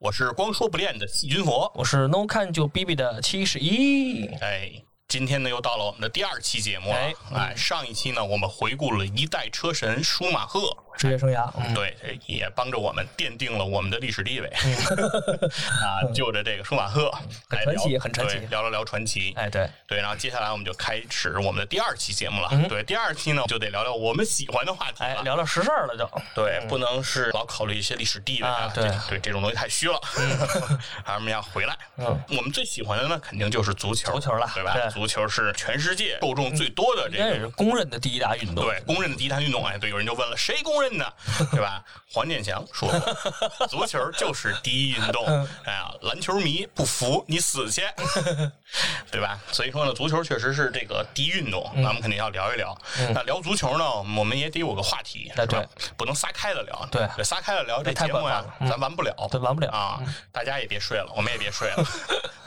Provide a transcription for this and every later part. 我是光说不练的细菌佛，我是 No 看就 B B 的七十一，哎，今天呢又到了我们的第二期节目了。哎哎，上一期呢我们回顾了一代车神舒马赫，职业生涯。对，这也帮着我们奠定了我们的历史地位。 啊，就着这个舒马赫来传聊奇嗯 很传对奇聊了聊传奇。哎，对，对，然后接下来我们就开始我们的第二期节目了。对，第二期呢就得聊聊我们喜欢的话题了。嗯哎，聊聊实事儿了嗯就。啊对，不能是老考虑一些历史地位啊这对对这种东西太虚了， 还是我们要回来。嗯，我们最喜欢的呢，肯定就是足球，足球了对吧？对足球是全世界受众最多的这应该也个。是公认的第一大运动。对，公认的第一大运动，哎，对，有人就问了，谁公认的，对吧？黄健翔说过，足球就是第一运动，嗯哎呀，篮球迷不服你死 去，对吧？所以说呢，足球确实是这个第一运动，嗯咱们肯定要聊一聊。那聊足球呢，我们也得有个话题，哎是吧对？不能撒开了聊，对哎撒开了聊这太节目呀广泛了，嗯咱完不了，对完不了啊！大家也别睡了，我们也别 睡了，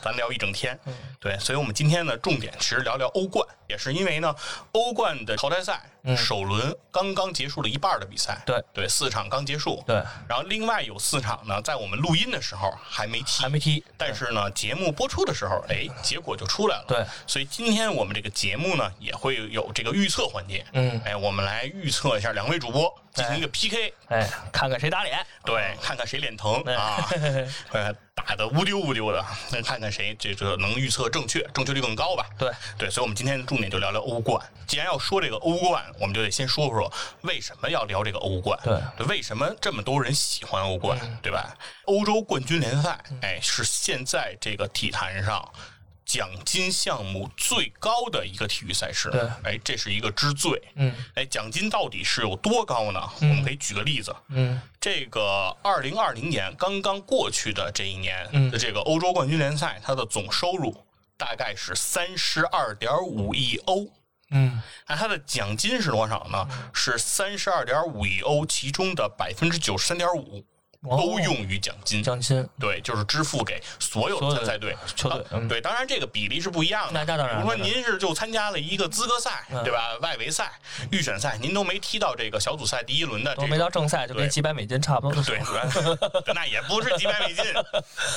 咱聊一整天。嗯对，所以我们今天呢，重点其实聊聊欧冠，也是因为呢，欧冠的淘汰赛首轮刚刚结束了一半的比赛，嗯对对，四场刚结束，对然后另外有四场呢，在我们录音的时候还没踢还，没踢。但是呢，节目播出的时候，哎，结果就出来了。对，所以今天我们这个节目呢，也会有这个预测环节。嗯哎，我们来预测一下两位主播进行一个 PK，、哎，看看谁打脸。对，看看谁脸疼哎 啊，呃，打的乌溜乌溜的，啊那看看谁这这能预测正确，正确率更高吧。对对，所以我们今天重点就聊聊欧冠。既然要说这个欧冠，我们就得先说说为什么要聊这个欧冠。对嗯为什么这么多人喜欢欧冠，对吧？欧洲冠军联赛，哎，是现在这个体坛上。奖金项目最高的一个体育赛事，对哎，这是一个之最。嗯，哎，奖金到底是有多高呢？我们可以举个例子，嗯，这个二零二零年刚刚过去的这一年嗯的这个欧洲冠军联赛，它的总收入大概是三十二点五亿欧。嗯，那它的奖金是多少呢？是三十二点五亿欧，其中的百分之九十三点五哦都用于奖金。江心。对，就是支付给所有所的有的参赛队、球队啊嗯对，当然这个比例是不一样的。那那当然比如说那当然嗯您是就参加了一个资格赛，对吧？外围赛、预选赛，您都没踢到这个小组赛第一轮的这都个没到正赛就对跟几百美金差不多。对， 那也不是几百美金，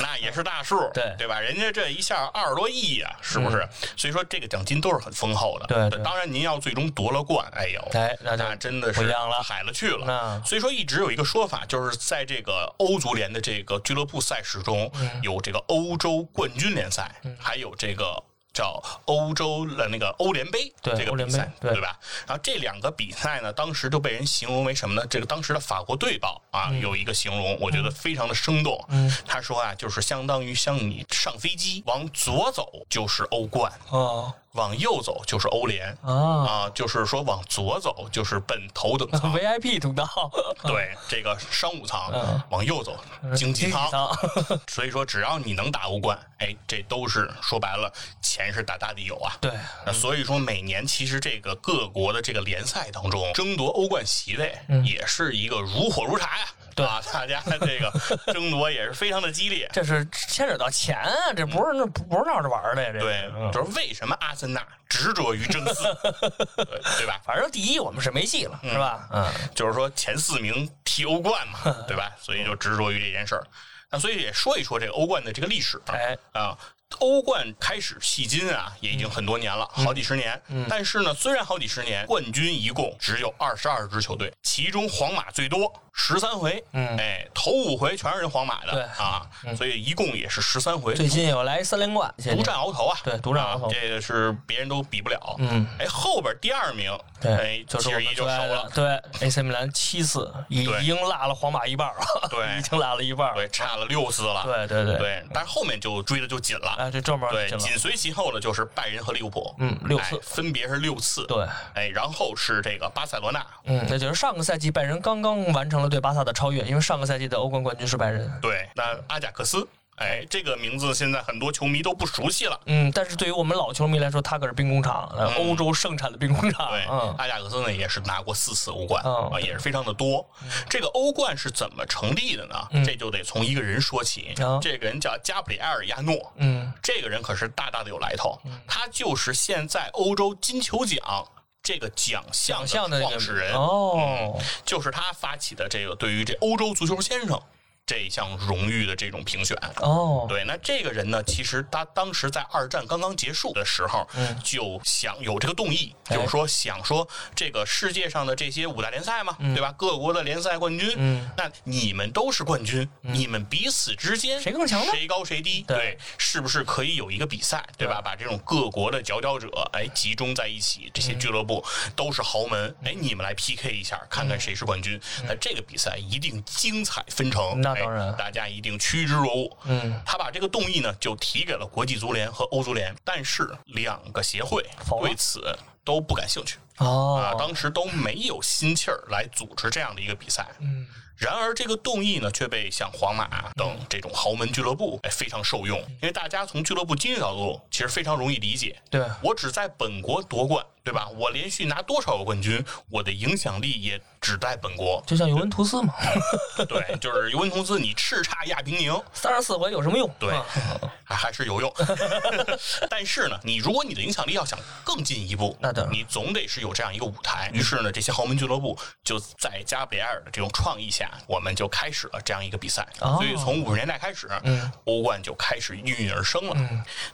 那也是大数，对嗯对吧？人家这一下二十多亿啊，是不是？所以说这个奖金都是很丰厚的。对对当然您要最终夺了冠，哎呦，哎那就那真的是不一样了海了去了。那所以说一直有一个说法，就是在这个欧足联的这个俱乐部赛事中，嗯有这个欧洲冠军联赛，还有这个。叫欧洲的那个欧联杯，对这个欧联比杯赛，对对吧？然后这两个比赛呢，当时就被人形容为什么呢？这个当时的法国队报啊，嗯有一个形容，我觉得非常的生动。他说啊，就是相当于像你上飞机往左走就是欧冠，哦往右走就是欧联。啊啊，就是说往左走就是奔头等舱， ，VIP 通道。对，这个商务舱嗯往右走，经济舱。所以说，只要你能打欧冠，哎，这都是说白了，钱是大大的有啊。对，那所以说，每年其实这个各国的这个联赛当中，争夺欧冠席位也是一个如火如茶呀、对啊，大家这个争夺也是非常的激 烈。这是牵扯到钱啊，这不是那不不是闹着玩儿的呀，这个对，就是为什么阿森纳执着于争四， 对对吧？反正第一我们是没戏了，是吧？嗯，就是说前四名踢欧冠 嘛，对吧？所以就执着于这件事儿。那所以也说一说这个欧冠的这个历史啊。哎啊欧冠开始迄今啊，也已经很多年了，嗯好几十年。但是呢，虽然好几十年，冠军一共只有二十二支球队，其中皇马最多十三回。嗯哎，头五回全是人皇马的对嗯啊，所以一共也是十三回，最近有来三连冠，谢谢独占鳌头啊！对独占鳌头啊这个是别人都比不了。嗯，哎，后边第二名，哎对，，就是其我实们一就最熟爱了的，，对，AC 米兰七次已对已经落了皇马一半儿了，对 已经落了一半儿了对，，差了六次了。对对对，对，但是后面就追的就紧了。哎，这正门对，进了，紧随其后的就是拜仁和利物浦，嗯，六次哎，分别是六次。对，哎，然后是这个巴塞罗那，嗯，那就是上个赛季拜仁刚刚完成了了对巴萨的超越，因为上个赛季的欧冠冠军是拜仁。对，那阿贾克斯，哎，这个名字现在很多球迷都不熟悉了。嗯，但是对于我们老球迷来说，他可是兵工厂，呃嗯欧洲盛产的兵工厂。对，嗯，阿贾克斯呢也是拿过四次欧冠哦啊，也是非常的多。嗯这个欧冠是怎么成立的呢？这就得从一个人说起哦，这个人叫加布里埃尔·亚诺。嗯，这个人可是大大的有来头，他就是现在欧洲金球奖这个奖项奖项的的这个创始人，嗯哦，就是他发起的这个对于这欧洲足球先生这一项荣誉的这种评选。哦，对，那这个人呢，其实他当时在二战刚刚结束的时候，就想有这个动议，嗯哎就是说想说这个世界上的这些五大联赛嘛，对吧？各国的联赛冠军，嗯那你们都是冠军，你们彼此之间谁更强呢谁高谁低，对是不是可以有一个比赛，对吧？把这种各国的佼佼者，哎，集中在一起，这嗯些俱乐部都是豪门，哎，你们来 PK 一下，看嗯看谁是冠军。那这个比赛一定精彩纷呈，那哎当然大家一定趋之若鹜。嗯，他把这个动议呢就提给了国际足联和欧足联，但是两个协会否了对此都不感兴趣啊，哦，当时都没有心气儿来组织这样的一个比赛。嗯，然而，这个动议呢，却被像皇马等这种豪门俱乐部哎非常受嗯用，因为大家从俱乐部经营角度其实非常容易理解。对，我只在本国夺冠，对吧？我连续拿多少个冠军，我的影响力也只在本国 。就像尤文图斯嘛，对，就是尤文图斯，你叱咤亚平宁，三十四回有什么用？对啊还还是有 用。但是呢，你如果你的影响力要想更进一步，那当然你总得是有这样一个舞台。于是呢，这些豪门俱乐部就在加比埃尔的这种创意下，我们就开始了这样一个比赛。哦嗯所以从五十年代开始，欧冠就开始应运而生了。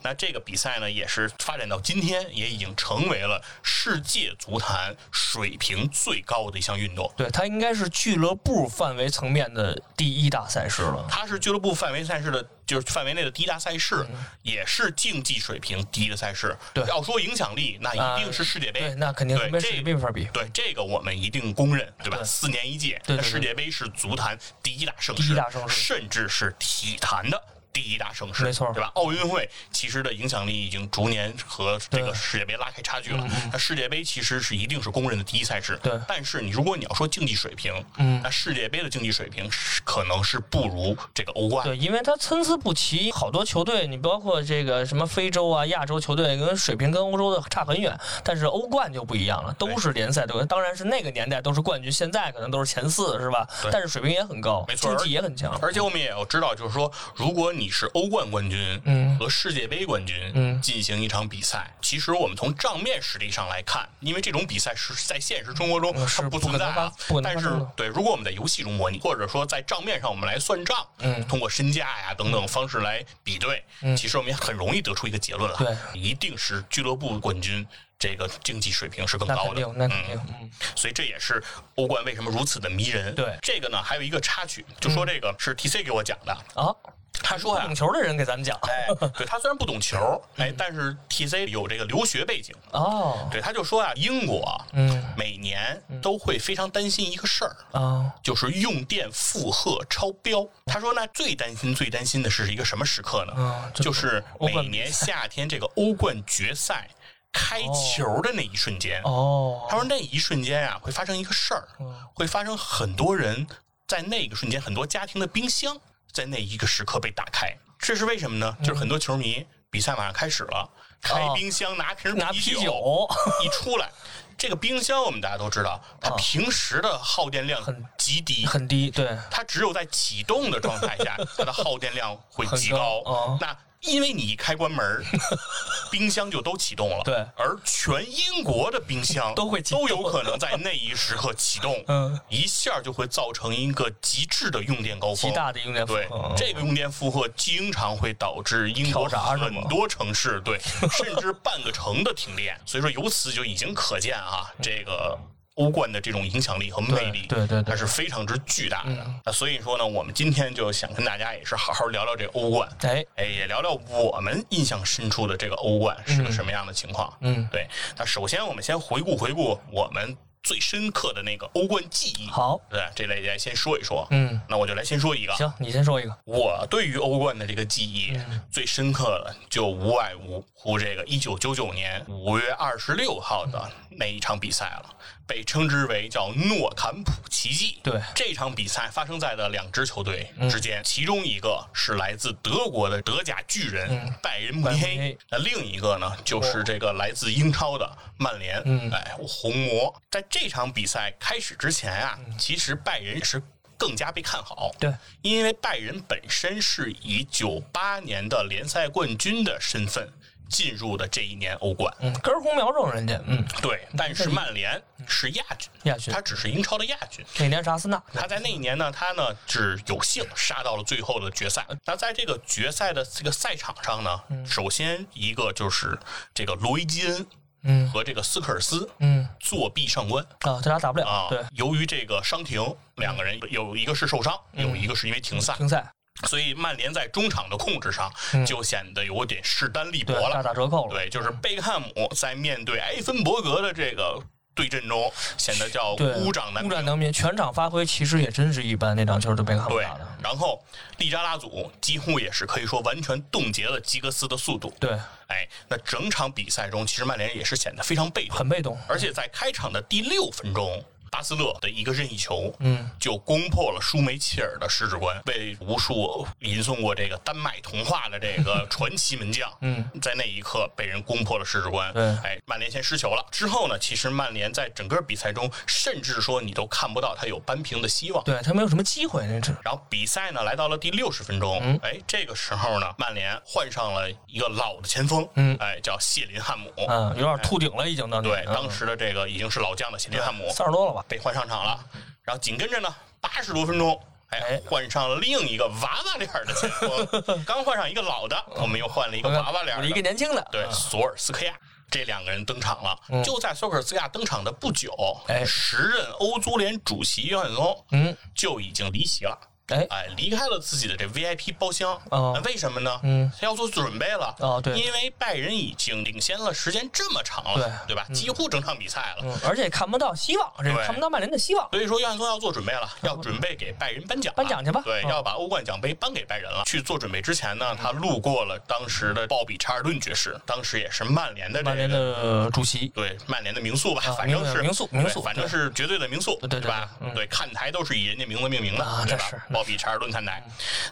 那这个比赛呢，也是发展到今天，也已经成为了世界足坛水平最高的一项运动。对，他应该是俱乐部范围层面的第一大赛事了。它是俱乐部范围赛事的，就是范围内的第一大赛事，也是竞技水平第一的赛事。嗯对要说影响力，那一定是世界杯。对，那肯定对跟世这界杯没法比。对这个我们一定公认，对吧？对四年一届，对对对那世界杯是足坛第一大盛事，第一大盛事甚至是体坛的。第一大盛事，没错对吧？奥运会其实的影响力已经逐年和这个对嗯世界杯拉开差距了。那世界杯其实是一定是公认的第一赛事，对但是你如果你要说竞技水平，嗯，那世界杯的竞技水平是可能是不如这个欧冠对，因为他参差不齐，好多球队，你包括这个什么非洲啊、亚洲球队，跟水平跟欧洲的差很远。但是欧冠就不一样了，都是联赛对吧？当然是那个年代都是冠军，现在可能都是前四是吧？但是水平也很高，没错竞技也很强。而且我们也要知道，就是说，如果你是欧冠冠军嗯和世界杯冠军、进行一场比赛，其实我们从账面实力上来看，因为这种比赛是在现实生活中嗯是它不存可在能发啊不可。能但发是生的对，如果我们在游戏中模拟，或者说在账面上我们来算账，嗯通过身价呀等等方式来比对，其实我们也很容易得出一个结论对了，一定是俱乐部冠军。这个竞技水平是更那高肯的定，，那肯定，嗯，所以这也是欧冠为什么如此的迷人。对嗯这个呢，还有一个插曲，就说这个是 T C 给我讲 的，啊，他说呀、懂球的人给咱们讲哎，对他虽然不懂球，哎，但是 T C 有这个留学背景，嗯哦，对，他就说啊，英国嗯每年都会非常担心一个事儿。啊，就是用电负荷超标。他说，那最担心、最担心的是一个什么时刻呢？嗯这就是欧每冠年夏天这个欧冠决赛开球的那一瞬间。哦，他说那一瞬间啊，会发生一个事儿，嗯会发生很多人在那个瞬间，很多家庭的冰箱在那一个时刻被打开。这是为什么呢？就是很多球迷比赛马上开始了，开哦冰箱拿瓶拿啤酒一出来，这个冰箱我们大家都知道，它平时的耗电量嗯很极低。很低，对，它只有在启动的状态 下，它的耗电量会极高。很高哦那因为你一开关门儿， 冰箱就都启动了。对而全英国的冰箱都会启都动有可能在那一时刻启动， 嗯，一下就会造成一个极致的用电高峰，极大的用电负荷 对，嗯这个用电负荷经常会导致英国跳闸是吗很多城市对，甚至半个城的停电。所以说，由此就已经可见啊，这个。欧冠的这种影响力和魅力，对对嗯对对它是非常之巨大的。那所以说呢，我们今天就想跟大家也是好好聊聊这个欧冠，哎，哎，也聊聊我们印象深处的这个欧冠是个什么样的情况。嗯嗯嗯对。那首先我们先回顾回顾我们最深刻的那个欧冠记忆。好，对，这类来先说一说。嗯，那我就来先说一个。行，你先说一个。我对于欧冠的这个记忆、嗯最深刻的，就无外无乎这个一九九九年五月二十六号的嗯那一场比赛了，被称之为叫诺坎普奇迹。对嗯这场比赛发生在的两支球队之间，其中一个是来自德国的德甲巨人、拜仁慕尼嗯拜仁慕黑尼黑，那另一个呢就是这个来自英超的曼联，嗯哎，红魔。在这场比赛开始之前啊，嗯其实拜仁是更加被看好，对，因为拜仁本身是以九八年的联赛冠军的身份进入的这一年欧冠，嗯，根儿红苗正人家，嗯，对，但是曼联是亚军，亚军他只是英超的亚军。那年是阿森纳，他在那一年呢，他呢只有幸杀到了最后的决赛。嗯那在这个决赛的这个赛场上呢，首先一个就是这个罗伊基恩，嗯和这个斯科尔斯，嗯，作弊上官啊，这俩打不了，啊。对，，由于这个伤停，两个人有一个是受伤，有嗯一个是因为停赛，停赛，所以曼联在中场的控制上就显得有点势单力薄嗯对，大了。打折扣了，嗯对，就是贝克汉姆在面对埃森伯格的这个对阵中，显得叫对，孤掌难孤鸣。掌难鸣，全场发挥其实也真是一般，那场球就被看不对打的，，然后利扎拉祖几乎也是可以说完全冻结了吉格斯的速度。对，哎，那整场比赛中，其实曼联也是显得非常被动，很被动，而且在开场的第六分钟，巴斯勒的一个任意球，嗯，就攻破了舒梅切尔的十指关，被无数吟诵过这个丹麦童话的这 个传奇门将，嗯，在那一刻被人攻破了十指关，对哎，曼联先失球了。之后呢，其实曼联在整个比赛中，甚至说你都看不到他有扳平的希望。对他没有什么机会，那是然后比赛呢来到了第六十分钟，嗯哎，这个时候呢，曼联换上了一个老的前锋，嗯啊哎，叫谢林汉姆，嗯，有点秃顶了，已经当对，年当时的这个已经是老将的谢林汉姆三十多了吧？被换上场了，然后紧跟着呢，八十多分钟。哎哎，换上了另一个娃娃脸儿的前锋，刚换上一个老的，我们又换了一个娃娃脸儿嗯我是一个嗯的，年轻的，对，索尔斯克亚，这两个人登场了。就在索尔斯克亚登场的不久，嗯哎时任欧足联主席约翰松，嗯，就已经离席了。哎，哎，离开了自己的这 VIP 包厢，哦那为什么呢？嗯，他要做准备了。哦对因为拜仁已经领先了时间这么长了，对吧？几乎整场比赛了，嗯，而且看不到希望，这对看不到曼联的希望，所以说约翰松要做准备 了，要准备给拜仁颁奖了，啊颁奖去吧对，嗯要把欧冠奖杯颁给拜仁了。去做准备之前呢，他路过了当时的鲍比查尔顿爵士，当时也是曼联的曼这联个。的主席，对曼联的名宿吧，啊反正是名宿对名宿反正是绝对的名宿，对对对嗯吧？对，看台都是以人家名字命名的，啊对这吧是？鲍比查尔顿看台。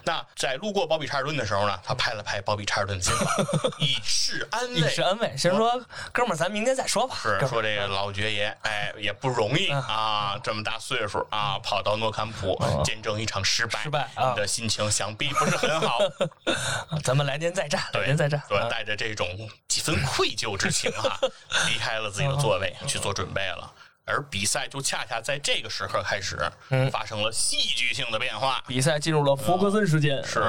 那在路过鲍比查尔顿的时候呢，他拍了拍鲍比查尔顿的肩 膀，以示安以慰，示安慰，先说哥们儿，咱明天再说吧，是哥们儿说这个老爵爷，哎，也不容易嗯哦啊，这么大岁数啊，跑到诺坎普见证一场失败，失败啊你的心情想必不是很 好。啊咱们来年再战，来对，年再战，对啊，带着这种几分愧疚之情啊，离开了自己的座哦位去做准备了。而比赛就恰恰在这个时刻开始，嗯发生了戏剧性的变化。比赛进入了福格森时间，是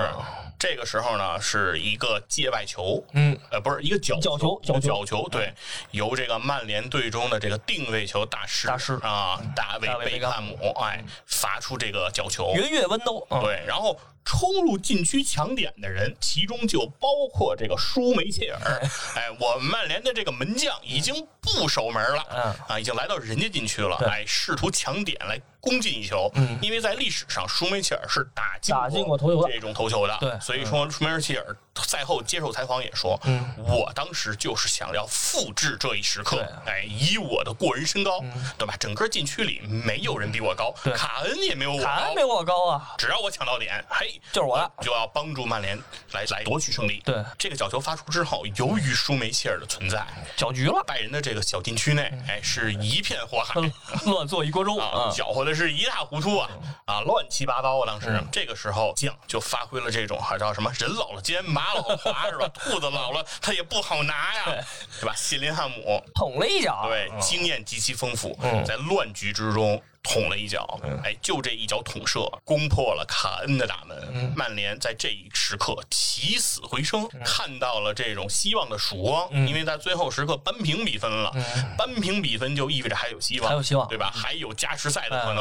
这个时候呢，是一个界外球，嗯，呃，不是一个角角球角角球球，对，由这个曼联队中的这个定位球大师大师嗯啊，大卫大卫贝贝克克汉汉姆，哎，罚出这个角球，云月温都，啊，对，然后冲入禁区抢点的人，其中就包括这个舒梅切尔。哎，我们曼联的这个门将已经不守门了，嗯啊，已经来到人家禁区了，对嗯哎，试图抢点来攻进一球。因为在历史上，舒梅切尔是打进打进过头球的这种头球的，对嗯所以说舒梅切尔赛后接受采访也说，我当时就是想要复制这一时刻，啊哎，以我的过人身高，对吧？整个禁区里没有人比我高，嗯对卡恩也没有我卡高恩没。我高啊，只要我抢到点，嘿，就是我的就要帮助曼联来来夺取胜利。对这个角球发出之后，由于舒梅切尔的存在，搅局了，嗯拜仁的这个小禁区内，哎，是一片火海。乱做一锅粥啊啊，，搅和的是一塌糊涂啊啊，乱七八糟啊！当时这个时候，将就发挥了这种还叫什么“人老了肩，马老了滑”是吧？ 兔子老了，它也不好拿呀，是吧？谢林汉姆捅了一脚，对，经验极其丰富，嗯在乱局之中捅了一脚，哎，就这一脚捅射攻破了卡恩的大嗯门。曼联在这一时刻起死回生，看到了这种希望的曙光，嗯因为在最后时刻扳平比分了，扳平比分就意味着还有希望，还有希望嗯对吧？还有加时赛的可能，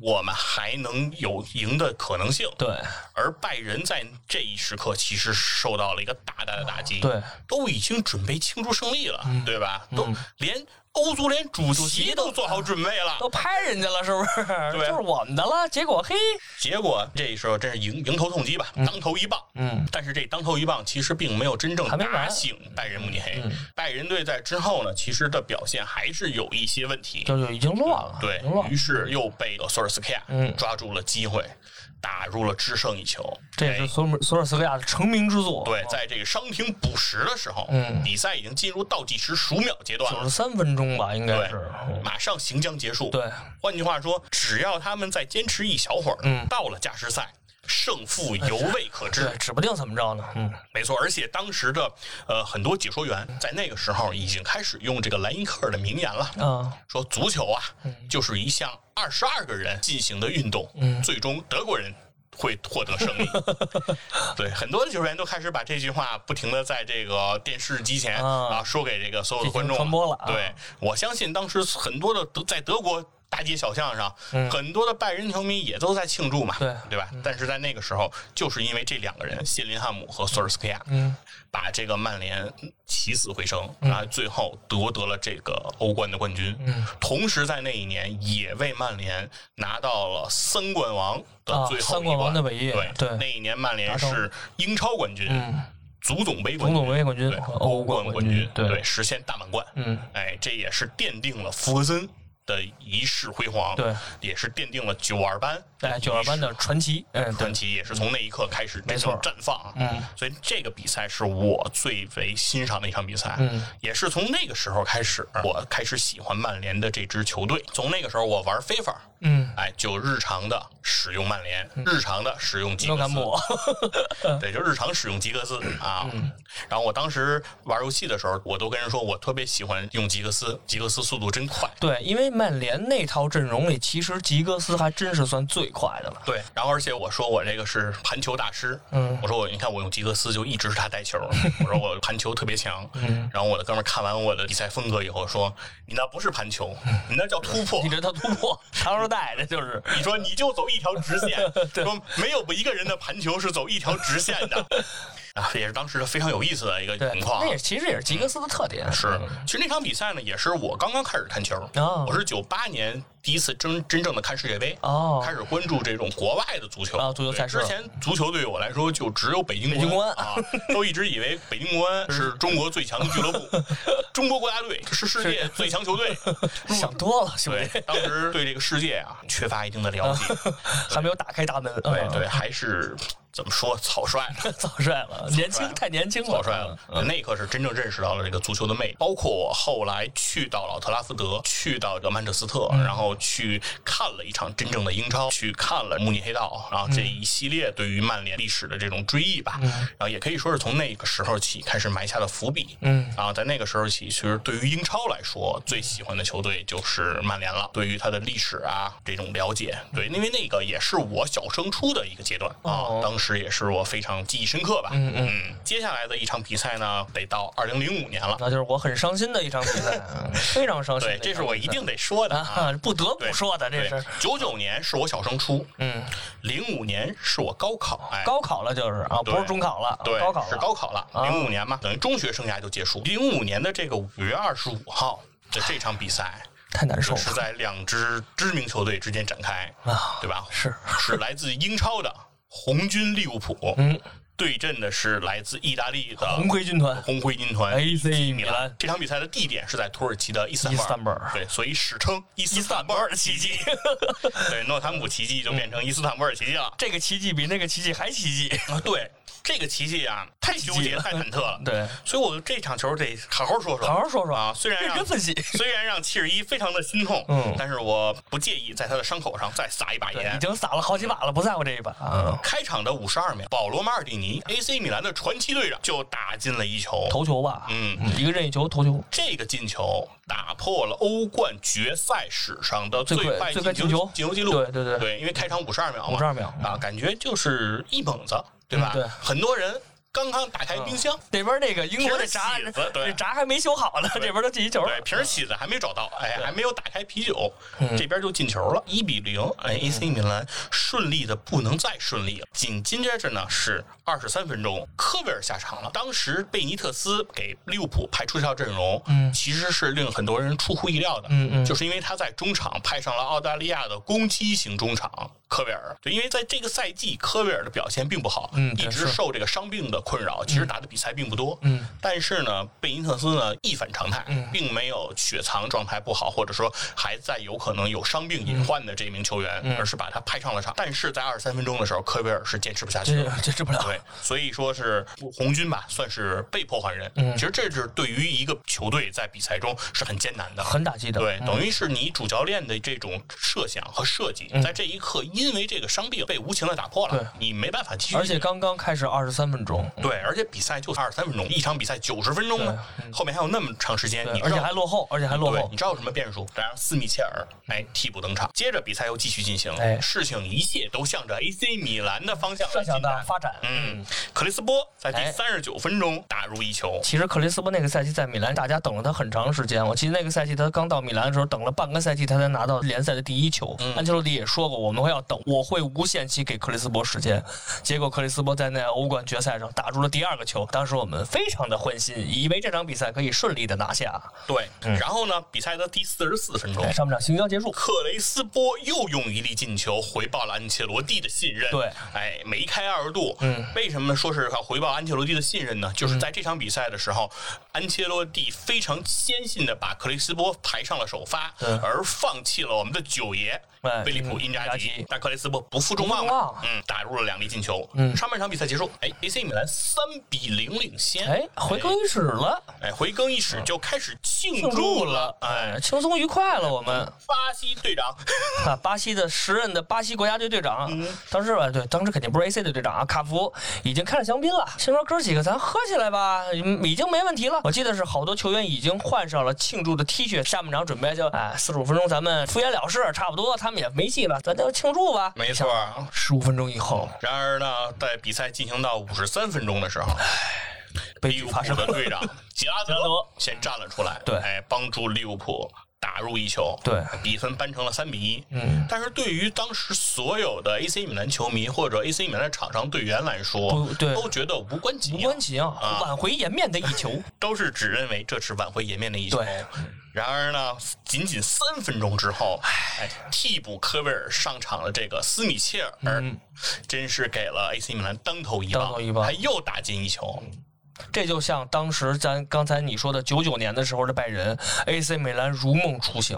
我们还能有赢的可能性。对而拜仁在这一时刻其实受到了一个大大的打击，对，嗯都已经准备庆祝胜利了，对吧？都连欧足联主席都做好准备了，都拍人家了，是不是？对就是我们的了。结果嘿，结果这时候真是迎迎头痛击吧，当头一棒。嗯，但是这当头一棒其实并没有真正还没完嗯打醒拜仁慕尼黑，拜仁队在之后呢，其实的表现还是有一些问题。就就已经乱了，对已经乱于了。是又被这个索尔斯克亚嗯抓住了机会，打入了制胜一球。哎这也是索尔索尔斯克亚的成名之作。对，在这个伤停补时的时候，嗯比赛已经进入倒计时数秒阶段九了十。三分钟吧，应该对是。，嗯马上行将结束。对，换句话说，只要他们再坚持一小会儿，嗯到了加时赛，胜负犹未可知。对，指不定怎么着呢。嗯，没错，而且当时的呃很多解说员在那个时候已经开始用这个莱因克尔的名言了，啊，说足球啊嗯就是一项二十二个人进行的运动，嗯最终德国人。会获得胜 利，对很多的球员都开始把这句话不停的在这个电视机前啊啊说给这个所有的进行观众传播了啊对我相信当时很多的德在德国大街小巷上，很多的拜仁球迷也都在庆祝嘛，嗯对嗯对吧？但是在那个时候，就是因为这两个人，谢林汉姆和索尔斯克亚，嗯，把这个曼联起死回生，啊，最后夺得了这个欧冠的冠军。嗯，同时在那一年也为曼联拿到了三冠王的啊最后一三冠王的伟业对对那一年曼联拿到是英超冠军、嗯足总杯冠总军、总杯冠军对，欧冠冠冠军军，，对，对，实现大满贯。嗯，哎，这也是奠定了福格森的一世辉煌，对，也是奠定了九二班哎，九二班的传奇，嗯，对传，奇也是从那一刻开始真正错绽放啊。嗯，所以这个比赛是我最为欣赏的一场比赛。嗯，也是从那个时候开始，我开始喜欢曼联的这支球队。从那个时候，我玩 FIFA，嗯，哎，就日常的使用曼联，日常的使用吉诺嗯格坎斯， 普，对，就日常使用吉格斯啊。然后我当时玩游戏的时候，我都跟人说我特别喜欢用吉格斯，吉格斯速度真快。对，因为曼联那套阵容里，其实吉格斯还真是算最快的了。对，然后而且我说我这个是盘球大师，嗯我说我你看我用吉格斯就一直是他带球， 我说我盘球特别强，嗯，然后我的哥们儿看完我的比赛风格以后说，你那不是盘球，你那叫突破 你，这他突 破长时带，这就是你说你就走一条直 线，说没有一个人的盘球是走一条直线 的，啊，也是当时的非常有意思的一个对，情况嗯那。也其实也是吉格斯的特点。是，其实那场比赛呢，也是我刚刚开始看球，哦我是九八年第一次真真正的看世界杯，哦开始关注这种国外的足球啊足球对赛事之前足球对我来说就只有北京北京国安啊， 都一直以为北京 国安是中国最强的俱乐部，中国国家队是世界最强球队。想多了，兄对弟，，当时对这个世界啊缺乏一定的了解， 嗯还没有打开大门。对啊对，，还是怎么说草率了。早帅了，年轻太年轻了，草率了。那一刻是真正认识到了这个足球的魅力。包括我后来去到老特拉福德，去到这个曼彻斯特，然后去看了一场真正的英超，去看了慕尼黑道，然后这一系列对于曼联历史的这种追忆吧，然后也可以说是从那个时候起开始埋下的伏笔。嗯，然啊后在那个时候起，其实对于英超来说，最喜欢的球队就是曼联了。对于它的历史啊，这种了解，对，因为那个也是我小升初的一个阶段啊哦，当时也是我非常记忆深刻吧。嗯嗯，嗯，接下来的一场比赛呢，得到二零零五年了。那就是我很伤心的一场比赛，啊非常伤心对的场比赛。，这是我一定得说的啊。啊，不得不说的，这对是，九九年是我小升初，嗯，零五年是我高考，哎，高考了就是啊，对不是中考了，对，高考是了，高考了，啊零五年嘛，等于中学生涯就结束。零五年的这个五月二十五号的这场比 赛，太难受是了在两支知名球队之间展开，啊，对吧？是 是来自英超的红军利物浦，嗯，对阵的是来自意大利的红盔军团红灰军团 AC 米兰这场比赛的地点是在土耳其的伊斯坦伊斯坦布布尔尔，对，所以史称伊斯坦布尔奇迹。 对，诺坎普奇迹就变成伊斯坦布尔奇迹了。这个奇迹比那个奇迹还奇迹， 啊，对，这个奇迹啊，太纠奇迹结、了太忐忑了。 对，所以我这场球得好好说说，好好说说啊。虽然认让真分析。 虽然让七十一非常的心痛，嗯但是我不介意在他的伤口上再撒一把对，盐已。经撒了好几把了，不在乎这一把啊。开场的五十二秒，保罗·马尔蒂尼，AC 米兰的传奇队长就打进了一球。头球吧，嗯，一个任意球头球，这个进球打破了欧冠决赛史上的最最快快最快进进球球进球记录。对对对因为开场五十二秒嘛， 52秒啊，感觉就是一猛子，对吧？嗯对嗯很多人。刚刚打开冰箱，那边那个英国那闸瓶儿起子对那闸还没修好呢，这边都进一球了对，。瓶儿起子还没找到，哎，还没有打开啤酒，嗯这边就进球了，一比零，哎，AC 米兰顺利的不能再顺利了。紧紧接着呢是二十三分钟，科维尔下场了。当时贝尼特斯给利物浦排出一套阵容，嗯其实是令很多人出乎意料的，嗯嗯就是因为他在中场派上了澳大利亚的攻击型中场科维尔，对，因为在这个赛季科维尔的表现并不好，嗯一直是受这个伤病的困扰，其实打的比赛并不多，嗯，但是呢，贝尼特斯呢一反常态，并没有雪藏状态不好，或者说还在有可能有伤病嗯隐患的这名球员，而是把他派上了场。但是在二十三分钟的时候，科维尔是坚持不下去这了。这治不了。对，所以说是红军吧，算是被迫换人。嗯其实这是对于一个球队在比赛中是很艰难的，很打击的。嗯对，等于是你主教练的这种设想和设计，在这一刻因为这个伤病被无情的打破嗯对了，你没办法继续。而且刚刚开始二十三分钟，对，而且比赛就二十三分钟，一场比赛九十分钟呢，后面还有那么长时间，对你而知且道还落后，而且还落对后你。知道有什么变数？然后斯密切尔哎替补登场，接着比赛又继续进行，哎事情一切都向着 AC 米兰的方向设想的的。发展，嗯，克里斯波在第哎三十九分钟打入一球，其实克里斯波那个赛季在米兰，大家等了他很长时间。我记得那个赛季他刚到米兰的时候，等了半个赛季，他才拿到联赛的第一球。安切洛蒂也说过，我们会要等，我会无限期给克里斯波时间。结果克里斯波在那欧冠决赛上打入了第二个球，当时我们非常的欢欣，以为这场比赛可以顺利的拿下。对，然后呢，比赛的第四十四分钟嗯哎，上半场行销结束，克雷斯波又用一粒进球回报了安切罗蒂的信任。对，哎，梅开二度。嗯，为什么说是要回报安切罗蒂的信任呢？就是在这场比赛的时候，安切罗蒂非常先进的把克雷斯波排上了首发，而放弃了我们的九爷嗯哎菲利普·嗯因扎扎吉吉。但克雷斯波不负众望不负众嘛望，嗯，打入了两粒进球。嗯上半场比赛结束，哎，AC 米兰三比零领先。哎，回更衣室了，哎，回更衣室就开始庆庆祝祝了了，。哎，哎，轻松愉快了，我们。巴西队长。啊，巴西的时任的巴西国家队队长，当时吧，对，当时肯定不是 AC 的队长啊，卡福已经开了香槟了，心说哥几个咱喝起来吧，嗯已经没问题了。我记得是好多球员已经换上了庆祝的 T 恤，下半场准备就哎四十五分钟咱们敷衍了事，差不多他们也没戏了，咱就庆祝吧。没错儿，十五分钟以后，然而呢，在比赛进行到五十三分钟的时候， 悲利剧物发浦生的了。队长吉拉吉拉德德先站了出来，对哎，帮助利物浦打入一球，对比分扳成了三比一。嗯，但是对于当时所有的 AC 米兰球迷或者 AC 米兰的场上队员来说不，对都觉得无关紧无要关，紧要啊，挽回颜面的一球。都是只认为这是挽回颜面的一球对。然而呢，仅仅三分钟之后，哎，替补科威尔上场的这个斯米切尔，真是给了 AC 米兰当头一棒，嗯当头一棒还又打进一球。这就像当时咱刚才你说的九九年的时候的拜仁，AC 米兰如梦初醒，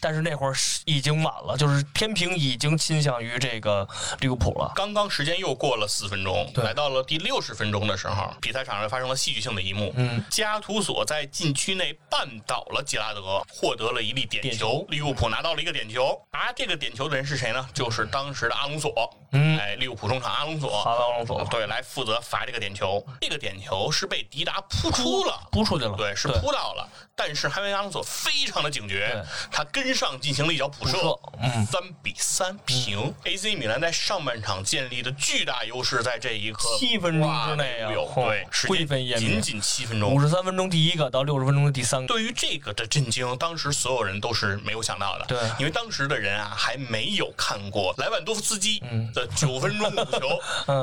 但是那会儿是已经晚了，就是天平已经倾向于这个利物浦了。刚刚时间又过了四分钟，来到了第六十分钟的时候，比赛场上发生了戏剧性的一幕。嗯，加图索在禁区内绊倒了吉拉德，获得了一粒点点球，利物浦拿到了一个点球。拿这个点球的人是谁呢？就是当时的阿隆索。嗯哎，利物浦中场阿隆索，法拉隆索对，来负责罚这个点球。这个点球是被迪达扑出了。扑出去了，对，是扑到了，但是汉维阿隆索非常的警觉对，嗯他跟上进行了一脚补射射，三、比三平。AC 米兰在上半场建立的巨大优势，在这一刻七分钟之内啊哇有哦对，时灰飞间烟仅灭仅七分五钟。十三分钟第一个到六十分钟的第三个，对于这个的震惊，当时所有人都是没有想到的。对因为当时的人啊，还没有看过莱万多夫斯基的九分钟五球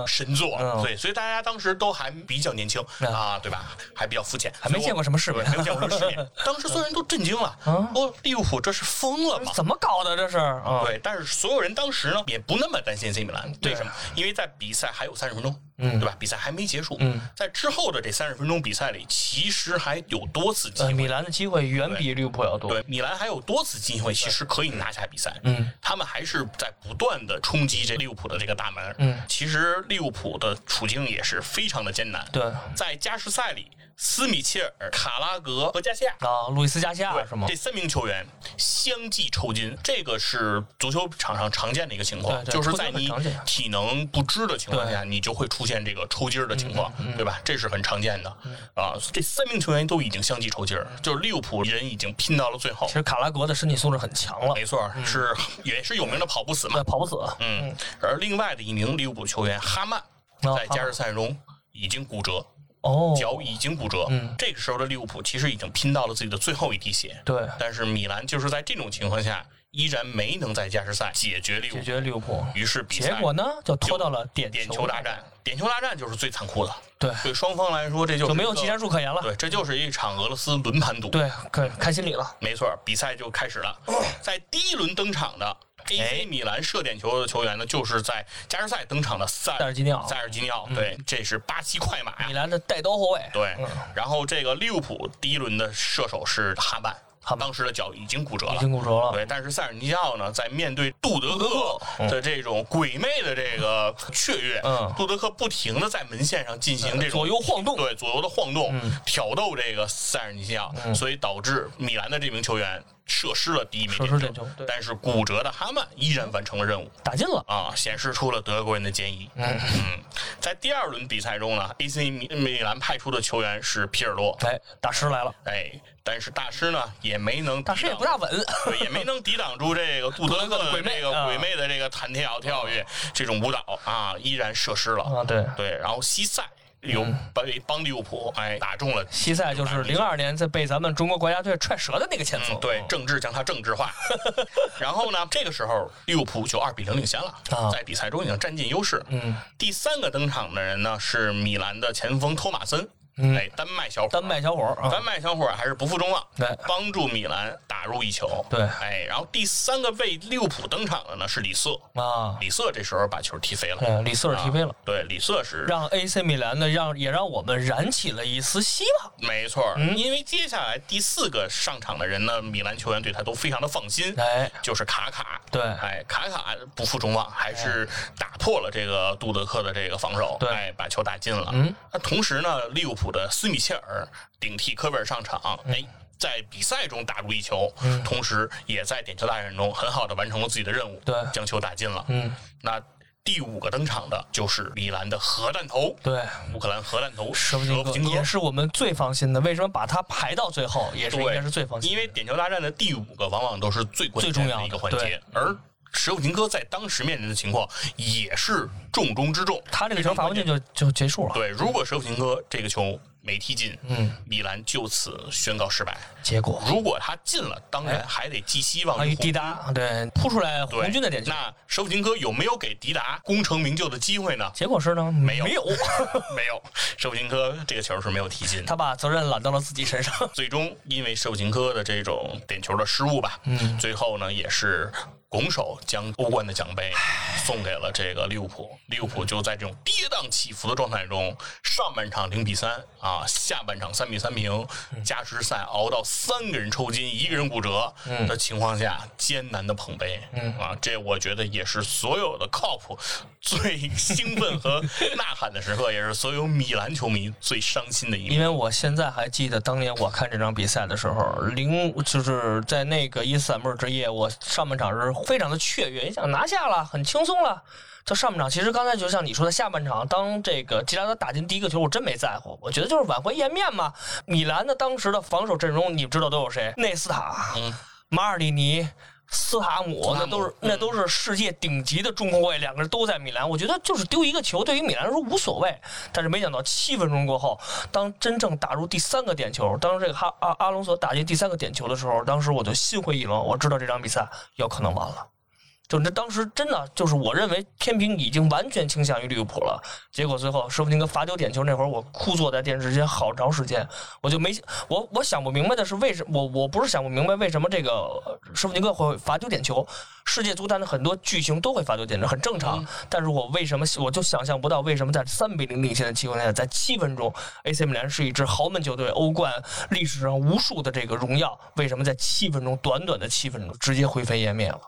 神作， 嗯对，所以大家当时都还比较年轻嗯啊，对吧？还比较肤浅，还没见过什么世面嗯对没有见过什么世 面。当时所有人都震惊了，说利物浦这是疯了吗？怎么搞的这是？啊，对，但是所有人当时呢也不那么担心 AC 米兰，对为什么？因为在比赛还有三十分钟，嗯对吧？比赛还没结束，嗯，在之后的这三十分钟比赛里，其实还有多次机呃，会。米兰的机会远比利物浦要多。对，米兰还有多次机会，其实可以拿下比赛。嗯，他们还是在不断的冲击这利物浦的这个大门。嗯，其实利物浦的处境也是非常的艰难。对在加时赛里，斯米切尔、卡拉格和加西亚啊，路易斯加西亚对，是吗这？三名球员相继抽筋，这个是足球场上常见的一个情况，对对就是在你抽筋很常见啊体能不支的情况下，你就会出现这个抽筋儿的情况，嗯对吧？这是很常见的啊。这三名球员都已经相继抽筋儿，就是利物浦人已经拼到了最后其。实卡拉格的身体素质很强了，没错儿，是也是有名的跑嗯不死嘛对，。跑不死。嗯，而另外的一名利物浦球员哈曼哦在加时赛中已经骨折，哦，脚已经骨折。嗯这个时候的利物浦其实已经拼到了自己的最后一滴血，对，但是米兰就是在这种情况下依然没能在加时赛解决利物解浦，决利物浦，于是比结赛果呢就拖到了点点球大战战，，点球大战就是最残酷的。对，对双方来说，这就是就没有一个技战术可言了。对，这就是一场俄罗斯轮盘赌。，对，可看心里了。没错，比赛就开始了。在第一轮登场的 AC 米兰射点球的球员呢，就是在加时赛登场的塞塞尔吉尼奥嗯塞尔吉尼奥，对，这是巴西快马米呀。兰的带刀后卫，对，然后这个利物浦第一轮的射手是哈曼，哈曼当时的脚已经骨折了，已经骨折了。对，但是塞尔尼奥呢，在面对杜德克的这种鬼魅的这个雀跃，嗯呃杜德克不停的在门线上进行这种左右晃动嗯对左右的晃动，挑逗这个塞尔尼奥，所以导致米兰的这名球员射失了第一枚射点失球，点球对但是骨折的哈曼依然完成了任务。打进了，啊，显示出了德国人的坚毅。嗯，在第二轮比赛中呢，AC 米米兰派出的球员是皮尔洛，哎，大师来了，哎，但是大师呢也没能大抵师也挡不大稳，对，也没能抵挡住这个杜德克的这个啊鬼魅的这个弹跳、跳跃这种舞蹈啊，依然射失了。 啊，对，对，然后西塞嗯有被帮利物浦哎打中了。西塞就是零二年在被咱们中国国家队踹折的那个前锋，嗯，对，政治将它政治 化。然后呢，这个时候利物浦就二比零领先啊了，在比赛中已经占尽优势。嗯，第三个登场的人呢是米兰的前锋托马森，哎，丹麦小伙，嗯丹麦小伙儿啊丹，麦小伙儿还是不负众望对，帮助米兰打入一球。对哎，然后第三个为利物浦登场的呢是里瑟，啊，里瑟这时候把球踢飞了，对，里斯尔嗯踢飞了啊。对，里瑟是让 AC 米兰的让也让我们燃起了一丝希望。没错，嗯因为接下来第四个上场的人呢，米兰球员对他都非常的放心。哎，就是卡卡，对哎哎，卡卡不负众望，还是打破了这个杜德克的这个防守，对哎，把球打进了。嗯，那同时呢，利物浦的斯米切尔顶替科贝尔上场，嗯哎。在比赛中打入一球，同时也在点球大战中很好的完成了自己的任务，对将球打进了。嗯，那第五个登场的就是米兰的核弹头，对，乌克兰核弹头舍舍甫甫琴琴科科也是我们最放心的。为什么把它排到最后，也是应对该是最放心的，因为点球大战的第五个往往都是最关最键重要的一个环节，而舍甫琴科在当时面临的情况也是重中之重。他这个球罚过去就就结束了。对，如果舍甫琴科这个球没踢进，嗯，米兰就此宣告失败。结果如果他进了，当然还得寄希望哎关于于啊滴红。答，对，扑出来红对，军的点球，那舍甫琴科有没有给迪达功成名就的机会呢？结果是呢，没有没有， 没有，舍甫琴科这个球是没有踢进的。他把责任揽到了自 己身上。最终因为舍甫琴科的这种点球的失误吧，嗯最后呢也是拱手将欧冠的奖杯送给了这个利物浦。利物浦就在这种跌宕起伏的状态中，上半场零比三啊，下半场三比三平，嗯加时赛熬到三个人抽筋，一个人骨折嗯的情况下，艰难的捧杯。啊，这我觉得也是所有的 COP 最兴奋和呐喊的时刻，也是所有米兰球迷最伤心的一因幕。为我现在还记得当年我看这场比赛的时候，零就是在那个伊斯坦布尔之夜，我上半场是非常的雀跃，也想拿下了，很轻松了。就上半场，其实刚才就像你说的，下半场当这个吉拉德打进第一个球，我真没在乎，我觉得就是挽回颜面嘛。米兰的当时的防守阵容，你们知道都有谁？内斯塔、嗯马尔蒂尼。斯塔姆斯塔姆那都是那都是世界顶级的中后卫，两个人都在米兰，我觉得就是丢一个球对于米兰来说无所谓。但是没想到七分钟过后，当真正打入第三个点球，当这个哈阿阿隆索打进第三个点球的时候，当时我就心灰意冷，我知道这场比赛有可能完了。就这当时真的就是我认为天平已经完全倾向于利物浦了，结果最后舍甫琴科罚丢点球那会儿，我哭坐在电视间好长时间，我就没我我想不明白的是为什我我不是想不明白为什么这个呃舍甫琴科会罚丢点球，世界足坛的很多巨星都会罚丢点球，很正常，但是我为什么我就想象不到为什么在三比零领先的情况下，在七分钟，AC 米兰是一支豪门球队，欧冠历史上无数的这个荣耀，为什么在七分钟短短的七分钟直接灰飞烟灭了？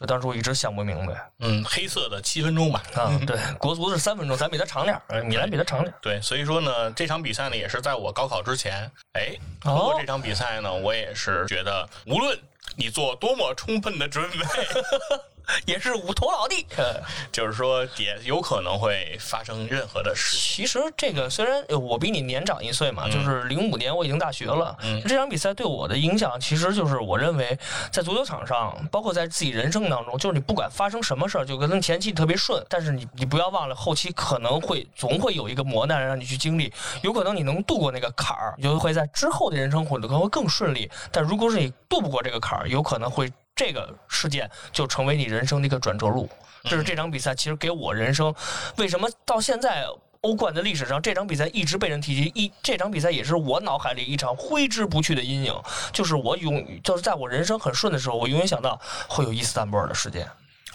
就当时我一直想不明白嗯，黑色的七分钟吧。 啊，对，国足是三分钟，咱比他长点儿，呃米兰比他长点儿。对，所以说呢，这场比赛呢也是在我高考之前，哎，通哦过这场比赛呢，我也是觉得，无论你做多么充分的准备， 也是五头 老弟。就是说也有可能会发生任何的事情。其实这个虽然呃我比你年长一岁嘛，就是零五年我已经大学了。这场比赛对我的影响，其实就是我认为在足球场上，包括在自己人生当中，就是你不管发生什么事儿，就可能前期特别顺，但是你你不要忘了后期可能会总会有一个磨难让你去经历。有可能你能度过那个坎儿，你就会在之后的人生会可能会更顺利。但如果是你度不过这个坎儿，有可能会这个事件就成为你人生的一个转折路。这是这场比赛其实给我人生为什么到现在。欧冠的历史上，这场比赛一直被人提及，一这场比赛也是我脑海里一场挥之不去的阴影，就是我永就是在我人生很顺的时候，我永远想到会有伊斯坦布尔的事件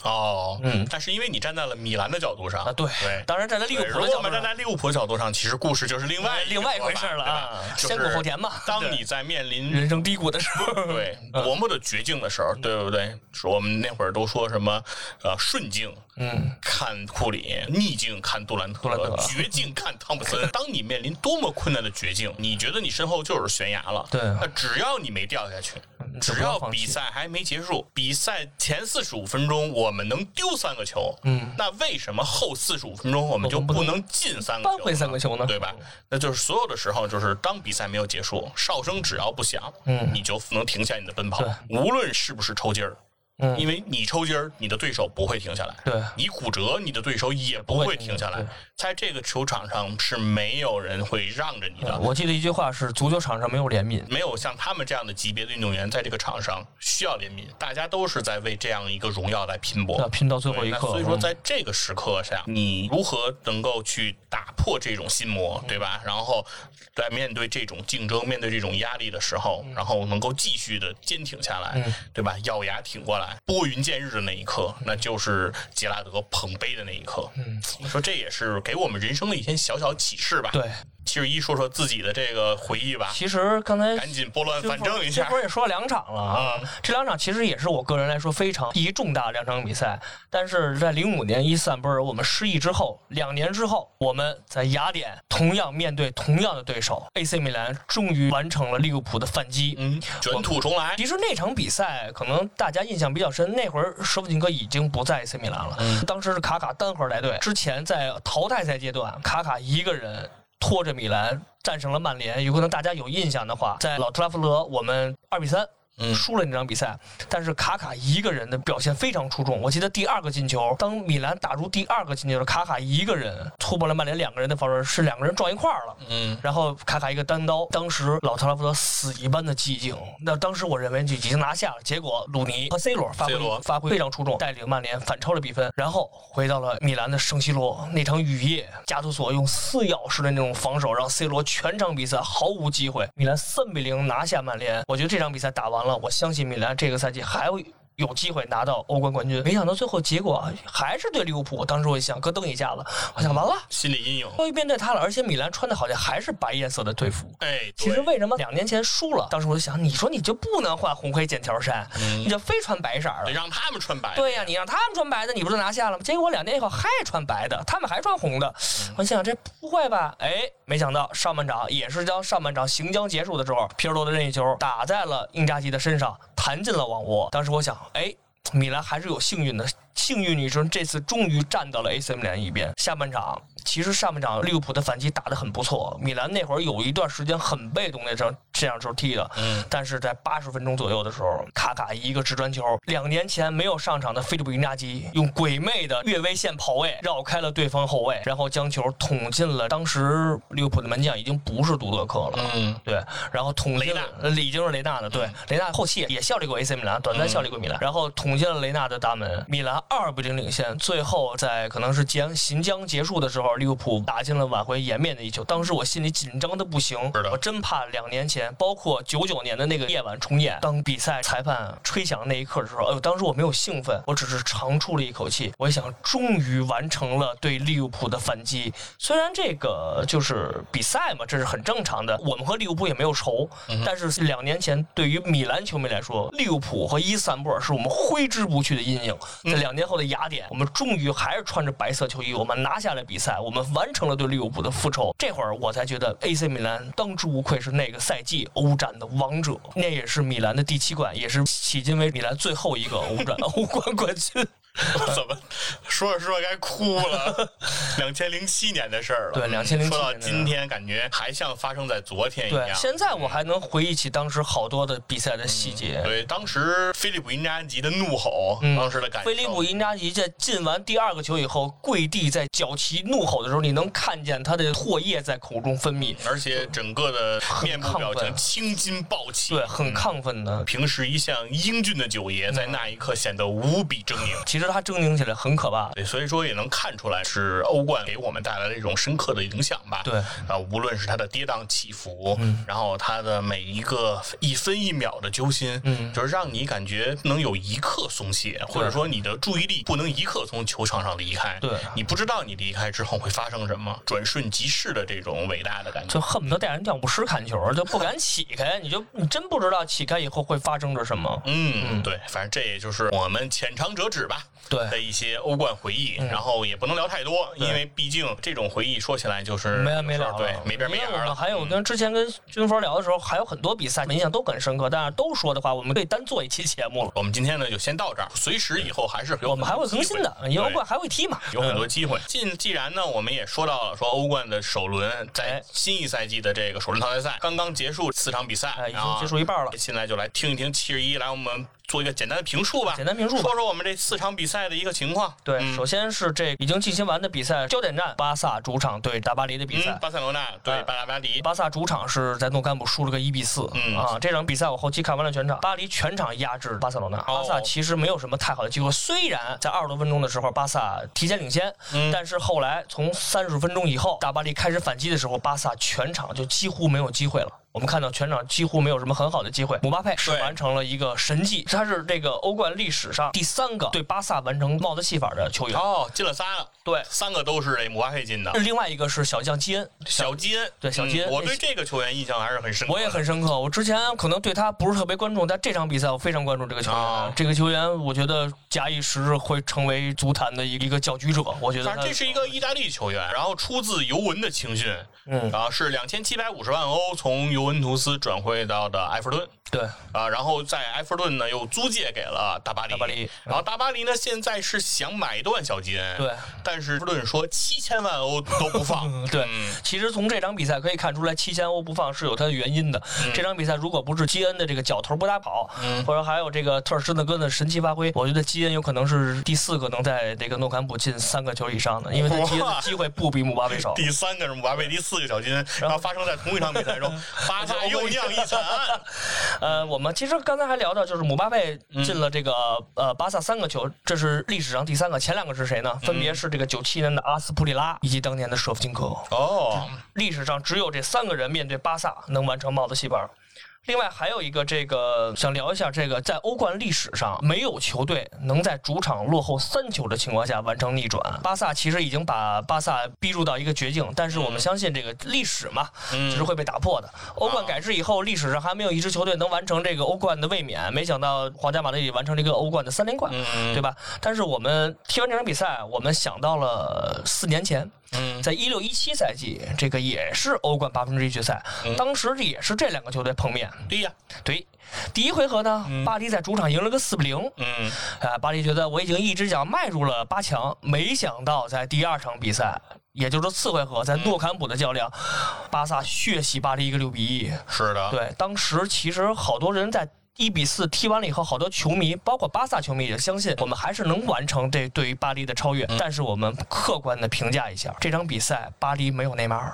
哦，嗯但是因为你站在了米兰的角度上啊，对，对。当然站在利物对浦如的果我角们度站上，在利物浦的角度上，其实故事就是另外另外一回事儿了啊对吧，先苦后甜嘛嗯就是当你在面临人生低谷的时候，对嗯多么的绝境的时候，对不对？说我们那会儿都说什么呃顺境嗯，看库里，逆境看杜兰特，杜兰特绝境看汤普 森。当你面临多么困难的绝境，你觉得你身后就是悬崖了，对那只要你没掉下去，就只不要要放比弃赛还没结束，比赛前四十五分钟我们能丢三个球，嗯，那为什么后四十五分钟我们就我们不不能能进三个扳球？回三个球呢，对吧？那就是所有的时候，就是当比赛没有结束，哨声只要不响，嗯，你就能停下你的奔跑对，无论是不是抽筋儿。嗯因为你抽筋儿，你的对手不会停下来；对你骨折，你的对手也不会会停停下下来来对。在这个球场上是没有人会让着你的，我记得一句话是：足球场上没有怜悯。没有像他们这样的级别的运动员在这个场上需要怜悯，大家都是在为这样一个荣耀来拼搏要。拼到最后对一那刻，所以说，嗯在这个时刻下，你如何能够去打破这种心魔，对吧？然后在面对这种竞争、面对这种压力的时候，然后能够继续的坚挺下来，嗯对吧？咬牙挺过来，拨云见日的那一刻，那就是杰拉德捧杯的那一刻。嗯，说这也是给我们人生的一些小小启示吧。对，七十一说说自己的这个回忆吧，其实刚才赶紧拨乱这反会儿正一下这。会儿也说了两场了啊，这两场其实也是我个人来说非常意义重大的两场比赛。但是在零五年伊斯坦布尔我们失意之后，两年之后，我们在雅典同样面对同样的对手 AC 米兰，终于完成了利物浦的反击。嗯，卷土重来。其实那场比赛可能大家印象比较深，那会儿舍甫琴科已经不在 AC 米兰了，当时是卡卡单核带队。之前在淘汰赛阶段，卡卡一个人拖着米兰战胜了曼联，有可能大家有印象的话，在老特拉福德我们二比三。嗯输了那场比赛，但是卡卡一个人的表现非常出众。我记得第二个进球，当米兰打入第二个进球的时候，卡卡一个人突破了曼联两个人的防守，是两个人撞一块儿了。嗯，然后卡卡一个单刀，当时老特拉福德死一般的寂静。那当时我认为就已经拿下了，结果鲁尼和 C 罗发 C 罗挥发挥非常出众，带领曼联反超了比分，然后回到了米兰的圣西罗那场雨夜，加图索用撕咬式的那种防守，让 C 罗全场比赛毫无机会。米兰三比零拿下曼联，我觉得这场比赛打完了，我相信米兰这个赛季还会。有机会拿到欧冠冠军，没想到最后结果啊还是对利物浦。当时我一想，咯噔一下子，我想完了，心理阴影。终于面对他了，而且米兰穿的好像还是白颜色的队服。哎，其对实为什么两年前输了？当时我就想，你说你就不能换红黑剑条衫，你就非穿白色儿得的。让他们穿白。对呀、你让他们穿白的，你不就拿下了吗？结果两年以后还穿白的，他们还穿红的。我心想这不会吧？哎，没想到上半场也是将上半场行将结束的时候，皮尔洛的任意球打在了印扎吉的身上，弹进了网窝。当时我想，哎，米兰还是有幸运的，幸运女神这次终于站到了 AC 米兰一边。下半场其实上半场利物浦的反击打得很不错，米兰那会儿有一段时间很被动那场这样时候踢的，嗯，但是在八十分钟左右的时候，卡卡一个直传球，两年前没有上场的菲利普·因扎吉用鬼魅的越位线跑位绕开了对方后卫，然后将球捅进了当时利物浦的门将已经不是杜德克了，嗯， 对，然后捅进雷纳呃已经是雷纳的，嗯对，雷纳后期也也效力过 AC 米兰，短暂效力过米兰，然后捅进了雷纳的大门，米兰二比零领先，最后在可能是将行将结束的时候，利物浦打进了挽回颜面的一球，当时我心里紧张的不行是的，我真怕两年前，包括九九年的那个夜晚重演，当比赛裁判吹响那一刻的时候，哎呦，当时我没有兴奋，我只是长出了一口气，我想终于完成了对利物浦的反击，虽然这个就是比赛嘛，这是很正常的。我们和利物浦也没有仇，但是两年前对于米兰球迷来说，利物浦和伊斯坦布尔是我们挥之不去的阴影。在两年后的雅典，我们终于还是穿着白色球衣，我们拿下了比赛，我们完成了对利物浦的复仇。这会儿我才觉得 AC 米兰当之无愧是那个赛季欧战的王者， 那也是米兰的第七冠，也是迄今为止米兰最后一个欧战欧冠冠军。我怎么说着说着该哭了？ 两千零七年的事儿了。对2007年的说到今天，感觉还像发生在昨天一对，样。现在我还能回忆起当时好多的比赛的细节。对，当时菲利普·因扎吉的怒吼，嗯当时的感受。菲利普·因扎吉在进完第二个球以后，跪地在脚旗怒吼的时候，你能看见他的唾液在口中分泌，而且整个的面部表很亢奋情青筋暴起。对，很亢奋的。平时一向英俊的九爷，嗯在那一刻显得无比狰狞。其实他狰狞起来很可怕。对，所以说也能看出来是欧冠给我们带来的一种深刻的影响吧。对嗯啊，无论是它的跌宕起伏，然后它的每一个一分一秒的揪心，嗯就是让你感觉不能有一刻松懈，或者说你的注意力不能一刻从球场上离开。对你不知道你离开之后会发生什么，转瞬即逝的这种伟大的感觉就。恨不得带人跳舞师看球，就不敢起开，你就你真不知道起开以后会发生着什么。嗯，对，反正这也就是我们浅尝辄止吧。对嗯的一些欧冠回忆，然后也不能聊太多，因为毕竟这种回忆说起来就是没完有没时了候了，对，没边没沿因为儿我们了。嗯还有跟之前跟军佛聊的时候，还有很多比赛印象都很深刻，但是都说的话，我们可以单做一期节目了。我们今天呢就先到这儿，随时以后还是有我们还会更新的，因为欧对冠还会踢嘛。有很多机会。既既然呢，我们也说到了说欧冠的首轮，哎在新一赛季的这个首轮淘汰赛刚刚结束四场比赛哎，已，经然后结束一半了现在就来听一听七十一，来我们做一个简单的评述吧，简单评述吧说说我们这四场比赛的一个情况。对，嗯首先是这已经进行完的比赛，焦点战，巴萨主场对大巴黎的比赛嗯，。巴塞罗那对哎巴拉巴迪，巴萨主场是在诺坎普输了个一比四、嗯啊！这场比赛我后期看完了全场，巴黎全场压制巴塞罗那。哦巴萨其实没有什么太好的机会，虽然在二十多分钟的时候巴萨提前领先，嗯但是后来从三十分钟以后，大巴黎开始反击的时候，巴萨全场就几乎没有机会了。我们看到全场几乎没有什么很好的机会，姆巴佩是对完成了一个神迹，他是这个欧冠历史上第三个对巴萨完成帽子戏法的球员。哦，进了仨了，对三个都是这姆巴佩进的。另外一个是小将基恩，小金，对小金嗯我嗯对这个球员印象还是很深刻的。我也很深刻。我之前可能对他不是特别关注，但这场比赛我非常关注这个球员。啊这个球员，我觉得假以时日会成为足坛的一个一个搅局者。我觉得反他正这是一个意大利球员，然后出自尤文的青训，嗯啊，是两千七百五十万欧从尤文图斯转会到的埃弗顿，对啊，然后在埃弗顿呢又租借给了大巴黎，大巴黎然后大巴黎呢现在是想买断小金，对，，但是埃弗顿说七千万欧都不 放对嗯。其实从这场比赛可以看出来，七千欧不放是有它的原因的。这场比赛如果不是基恩的这个脚头不打跑，或者还有这个特尔施特根的神奇发挥，我觉得基恩有可能是第四个能在这个诺坎普进三个球以上的，因为他基恩的机会不比姆巴佩 少。第三个是姆巴佩，第四个小金，然后发生在同一场比 赛中，巴萨又酿一惨案。呃，我们其实刚才还聊到，就是姆巴佩进了这个、呃巴萨三个球，这是历史上第三个，前两个是谁呢？分别是这个九七年的阿斯普里拉以及当年的舍甫琴科。哦，历史上只有这三个人面对巴萨能完成帽子戏法。另外还有一个，这个想聊一下，这个在欧冠历史上没有球队能在主场落后三球的情况下完成逆转。巴萨其实已经把巴萨逼入到一个绝境，但是我们相信这个历史嘛，只是会被打破的。欧冠改制以后，历史上还没有一支球队能完成这个欧冠的卫冕，没想到皇家马德里完成了一个欧冠的三连冠，对吧？但是我们踢完这场比赛，我们想到了四年前，在一六一七赛季，这个也是欧冠八分之一决赛，当时也是这两个球队碰面。对呀，对，第一回合呢，巴黎在主场赢了个四比零。嗯，啊，巴黎觉得我已经一只脚迈入了八强，没想到在第二场比赛，也就是说次回合，在诺坎普的较量，巴萨血洗巴黎一个六比一。是的，对，当时其实好多人在。一比四踢完了以后，好多球迷，包括巴萨球迷也相信我们还是能完成这对于巴黎的超越。但是我们客观的评价一下这场比赛，巴黎没有内马尔，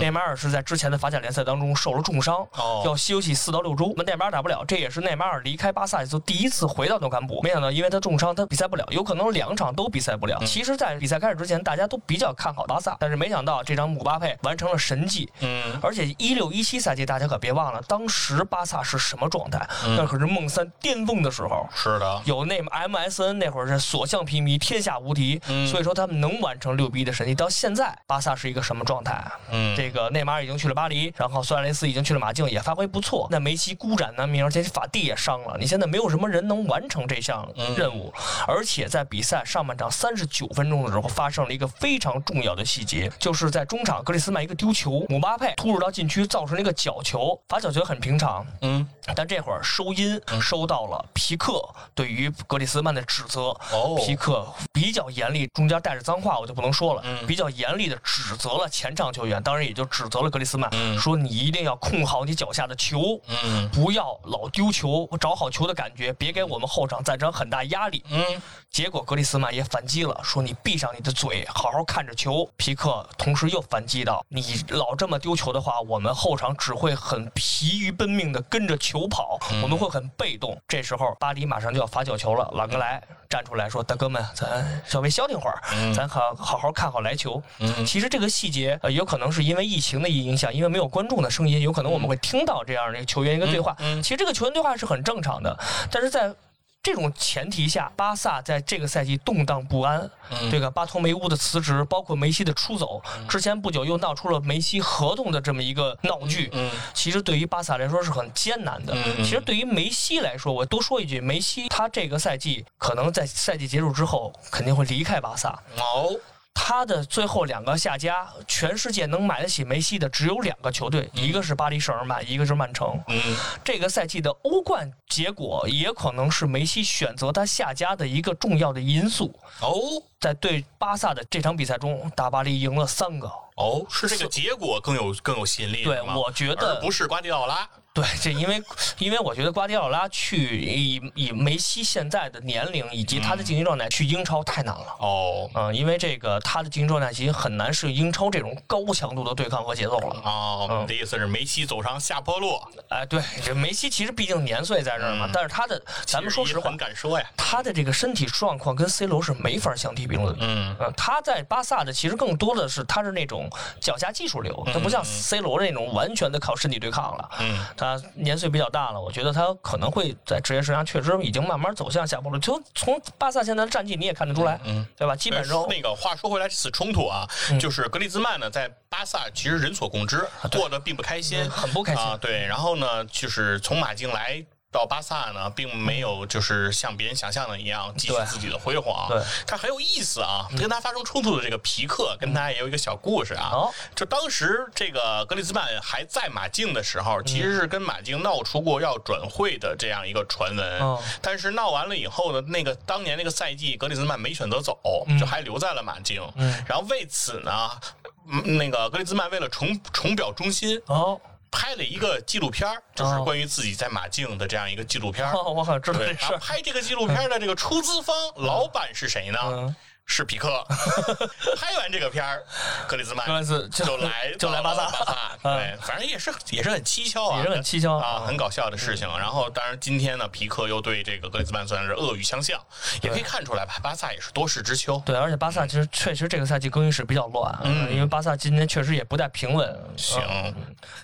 内马尔是在之前的法甲联赛当中受了重伤，哦要休息四到六周。那内马尔打不了，这也是内马尔离开巴萨以后第一次回到诺坎普。没想到因为他重伤，他比赛不了，有可能两场都比赛不了。嗯其实，在比赛开始之前，大家都比较看好巴萨，但是没想到这场姆巴佩完成了神迹，嗯，而且一六一七赛季，大家可别忘了，当时巴萨是什么状态？嗯那可是梦三巅峰的时候，是的，有那 MSN 那会儿是所向披靡，天下无敌。所以说他们能完成六比一的神迹。到现在，巴萨是一个什么状态？啊嗯这个内马尔已经去了巴黎，然后苏亚雷斯已经去了马竞，也发挥不错。那梅西孤掌难鸣，而且法蒂也伤了，你现在没有什么人能完成这项任务。而且在比赛上半场三十九分钟的时候，发生了一个非常重要的细节，就是在中场格里斯曼一个丢球，姆巴佩突入到禁区造成了一个角球，罚角球很平常，嗯，但这会儿收收音收到了皮克对于格里斯曼的指责，哦皮克比较严厉，中间带着脏话我就不能说了，嗯比较严厉的指责了前场球员，当然也就指责了格里斯曼，说你一定要控好你脚下的球，嗯不要老丢球，找好球的感觉，别给我们后场造成很大压力。嗯，结果格里斯曼也反击了，说你闭上你的嘴，好好看着球。皮克同时又反击到，你老这么丢球的话，我们后场只会很疲于奔命的跟着球跑，我们会很被动。这时候巴黎马上就要罚角球了，朗格莱站出来说：“大哥们，咱稍微消停会儿，咱好好好看好来球。”其实这个细节呃，有可能是因为疫情的影响，因为没有观众的声音，有可能我们会听到这样的一个球员一个对话。其实这个球员对话是很正常的，但是在这种前提下，巴萨在这个赛季动荡不安，这个巴托梅乌的辞职，包括梅西的出走，之前不久又闹出了梅西合同的这么一个闹剧。其实对于巴萨来说是很艰难的。其实对于梅西来说，我多说一句，梅西他这个赛季可能在赛季结束之后肯定会离开巴萨。哦，他的最后两个下家，全世界能买得起梅西的只有两个球队，一个是巴黎圣日耳曼，一个是曼城。嗯这个赛季的欧冠结果也可能是梅西选择他下家的一个重要的因素。哦在对巴萨的这场比赛中，大巴黎赢了三个。哦，是这个结果更有更有吸引力对，是吗我觉而得不是瓜迪奥拉，对， 这因为因为我觉得瓜迪奥拉去以以梅西现在的年龄以及他的竞技状态去英超太难了。哦嗯，因为这个他的竞技状态其实很难适应英超这种高强度的对抗和节奏了。哦，嗯你的意思是梅西走上下坡路，哎，对，这梅西其实毕竟年岁在这儿嘛，但是他的，咱们说其实也话很，敢说呀，他的这个身体状况跟 C 罗是没法相提并论的。嗯呃，他在巴萨的其实更多的是他是那种脚下技术流，他不像 C 罗那种完全的靠身体对抗了。嗯，他年岁比较大了，我觉得他可能会在职业生涯确实已经慢慢走向下坡路。就从巴萨现在的战绩你也看得出来，嗯，对吧？基本上嗯呃那个话说回来，这次冲突啊，就是格里兹曼呢在巴萨其实人所共知，过得并不开心，啊嗯很不开心啊。对，然后呢，就是从马竞来。到巴萨呢，并没有就是像别人想象的一样继续对自己的辉煌对，嗯他很有意思啊。跟他发生冲突的这个皮克，跟他也有一个小故事啊。哦就当时这个格里兹曼还在马竞的时候，嗯其实是跟马竞闹出过要转会的这样一个传闻。哦但是闹完了以后呢，那个当年那个赛季，格里兹曼没选择走，嗯就还留在了马竞。然后为此呢，嗯那个格里兹曼为了重重表忠心，哦拍了一个纪录片儿，就是哦关于自己在马竞的这样一个纪录片儿。哦，我好像知道对，这然事后儿。拍这个纪录片的这个出资方、老板是谁呢？嗯是匹克。拍完这个片儿，格里兹曼 格里兹就就来就来巴巴萨巴萨对，反正也是也是很蹊跷啊，也是很蹊跷啊，嗯很搞笑的事情。然后，当然今天呢，皮克又对这个格里兹曼算是恶语相向，也可以看出来吧，巴萨也是多事之秋。对，而且巴萨其实确实这个赛季更衣室比较乱，嗯，因为巴萨今年确实也不太平稳。行，嗯，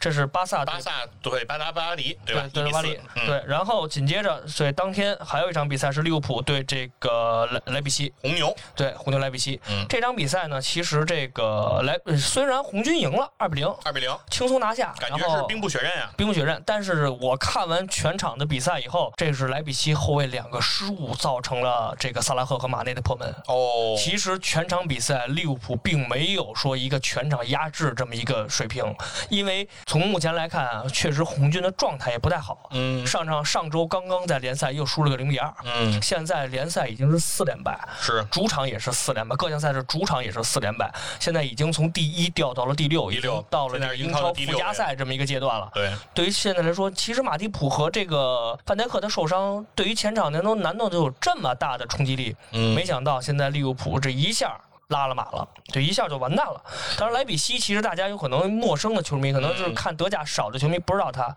这是巴萨巴萨对巴达巴黎对吧？对， 1比巴4黎，嗯，对，然后紧接着，所以当天还有一场比赛是利物浦对这个莱莱比锡，红牛对红牛莱比锡。嗯这场比赛呢，其实这个莱呃虽然红军赢了二比零，二比零，轻松拿下，感然觉是后兵不血刃啊。兵不血刃，但是我看完全场的比赛以后，这是莱比锡后卫两个失误造成了这个萨拉赫和马内的破门。哦，其实全场比赛，利物浦并没有说一个全场压制这么一个水平，因为从目前来看啊，确实红军的状态也不太好。嗯上场上周刚刚在联赛又输了个零比二，嗯现在联赛已经是四连败，是主场也是四连败，各项赛事主场也是四连败，现在已经从第一掉到了第六，第已六经到了现在这个是英英超的超第附六加位赛这么一个阶段了。对，对于现在来说，其实马蒂普和这个范戴克的受伤，对于前场难度难道就有这么大的冲击力？嗯没想到现在利物浦这一下。拉了马了，这一下就完蛋了。当然，莱比锡其实大家有可能陌生的球迷，可能嗯就是看德甲少的球迷不知道他。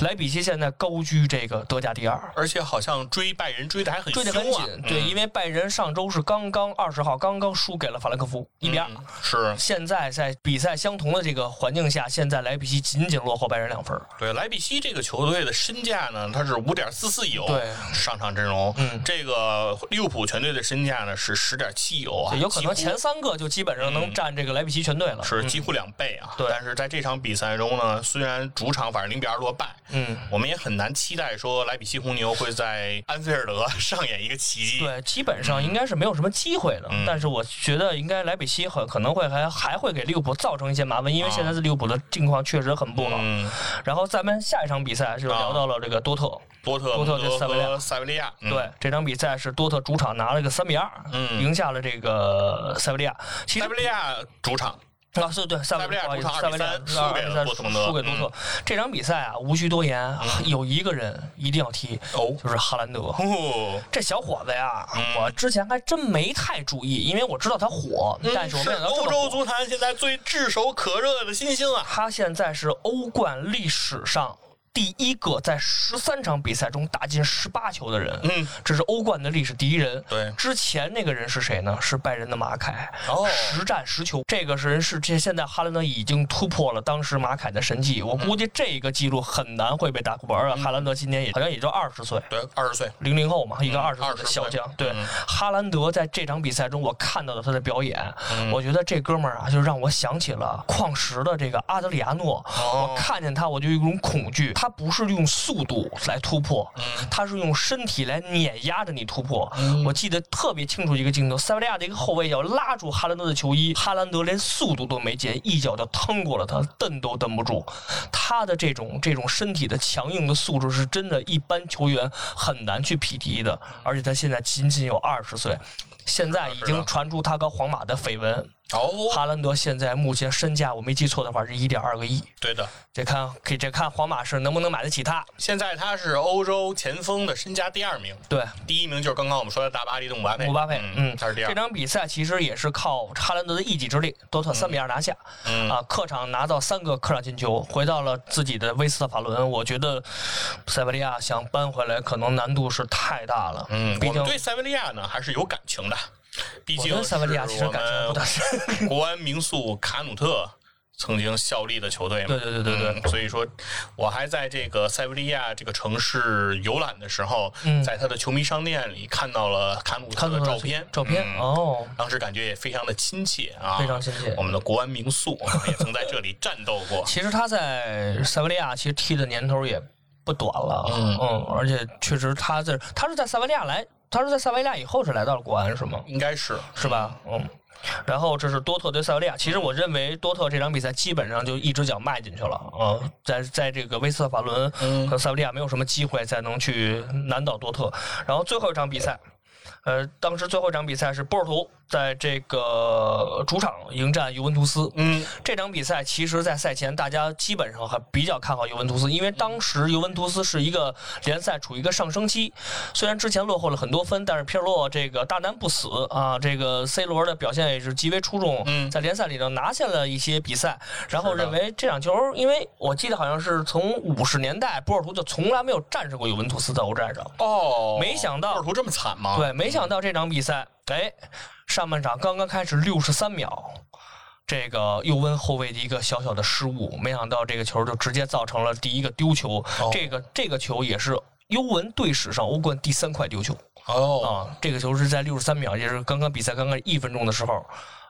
莱比锡现在高居这个德甲第二，而且好像追拜仁追的还很追凶得很啊，紧。对，嗯因为拜仁上周是刚刚二十号刚刚输给了法兰克福一比二，嗯是现在在比赛相同的这个环境下，现在莱比锡仅仅落后拜仁两分。对，莱比锡这个球队的身价呢，它是五点四四亿欧，对上场阵容。嗯这个利物浦全队的身价呢是十点七亿欧啊，对有可能几乎嗯前三个就基本上能占这个莱比锡全队了。是几乎两倍啊。对但是在这场比赛中呢，虽然主场反正零比二落败，嗯，我们也很难期待说莱比锡红牛会在安菲尔德 上演一个奇迹。，对，基本上应该是没有什么机会嗯的。但是我觉得应该莱比锡很可能会还还会给利物浦造成一些麻烦，因为现在是利物浦的境况确实很不好。嗯，然后咱们下一场比赛就聊到了这个多特，多特多特对蒙德塞维利亚和塞维利亚，嗯，对这场比赛是多特主场拿了个三比二、嗯赢下了这个塞维利亚。其实塞维利亚主场，啊，是对，塞维维利亚不好意思主场塞维利亚2-3输给了2-3多特蒙嗯德输给多特。这场比赛啊，无需多言，有一个人一定要踢，哦就是哈兰德。哦，这小伙子呀，嗯我之前还真没太注意，因为我知道他火，但是我没想嗯到这欧么洲火。足坛现在最炙手可热的新星啊！他现在是欧冠历史上第一个在十三场比赛中打进十八球的人，嗯，这是欧冠的历史第一人。对之前那个人是谁呢？是拜仁的马凯，哦十战十球。这个人是这现在哈兰德已经突破了当时马凯的神迹，我估嗯计这个记录很难会被打破。而且哈兰德今年也好像也就二十岁，对，二十岁，零零后嘛，一个二十岁20的岁小将。对，嗯哈兰德在这场比赛中，我看到了他的表演，我觉得这哥们儿啊，就让我想起了矿石的这个阿德里亚诺。哦我看见他，我就有一种恐惧。他不是用速度来突破，他是用身体来碾压着你突破。我记得特别清楚一个镜头，塞维利亚的一个后卫要拉住哈兰德的球衣，哈兰德连速度都没减，一脚就趟过了他，蹬都蹬不住。他的这种这种身体的强硬的素质是真的，一般球员很难去匹敌的。而且他现在仅仅有二十岁，现在已是经的传出他跟皇马的绯闻。哦，哈兰德现在目前身价，我没记错的话是一点二个亿。对的，得看，可以得看皇马是能不能买得起他。现在他是欧洲前锋的身价第二名，对，第一名就是刚刚我们说的大巴黎的姆巴佩，姆巴佩，嗯，他是第这二，场比赛其实也是靠哈兰德的一己之力，多特三比二拿下，嗯啊，客场拿到三个客场进球，回到了自己的威斯特法伦。我觉得塞维利亚想扳回来，可能难度是太大了。嗯，毕我竟们对塞维利亚呢还是有感情的，毕我竟对塞维利亚其实感情不大。 是国安名宿卡努特曾经效力的球队嘛。对对对对对嗯所以说，我还在这个塞维利亚这个城市游览的时候，嗯在他的球迷商店里看到了卡努特看到的了照片，照片、嗯哦，当时感觉也非常的亲切啊，非常亲切我们的国安名宿也曾在这里战斗 过。其实他在塞维利亚其实踢的年头也不短了，嗯嗯而且确实他在他是在塞维利亚来，他是在塞维利亚以后是来到了国安是吗？应该是是吧？嗯。然后这是多特对塞维利亚，其实我认为多特这场比赛基本上就一只脚迈进去了啊、嗯在在这个威斯特法伦和塞维利亚没有什么机会再能去难倒多特。然后最后一场比赛，呃，当时最后一场比赛是波尔图在这个主场迎战尤文图斯，嗯，这场比赛其实，在赛前大家基本上还比较看好尤文图斯，因为当时尤文图斯是一个联赛处于一个上升期，虽然之前落后了很多分，但是皮尔洛这个大难不死啊，这个 C 罗的表现也是极为出众，嗯在联赛里头拿下了一些比赛，然后是的认为这场球，因为我记得好像是从五十年代波尔图就从来没有战胜过尤文图斯在欧战上，哦，没想到波尔图这么惨吗？对，没想到这场比赛，哎，上半场刚刚开始六十三秒，这个尤文后卫的一个小小的失误，没想到这个球就直接造成了第一个丢球。这个这个球也是尤文队史上欧冠第三块丢球哦，啊！这个球是在六十三秒，也是刚刚比赛刚刚一分钟的时候。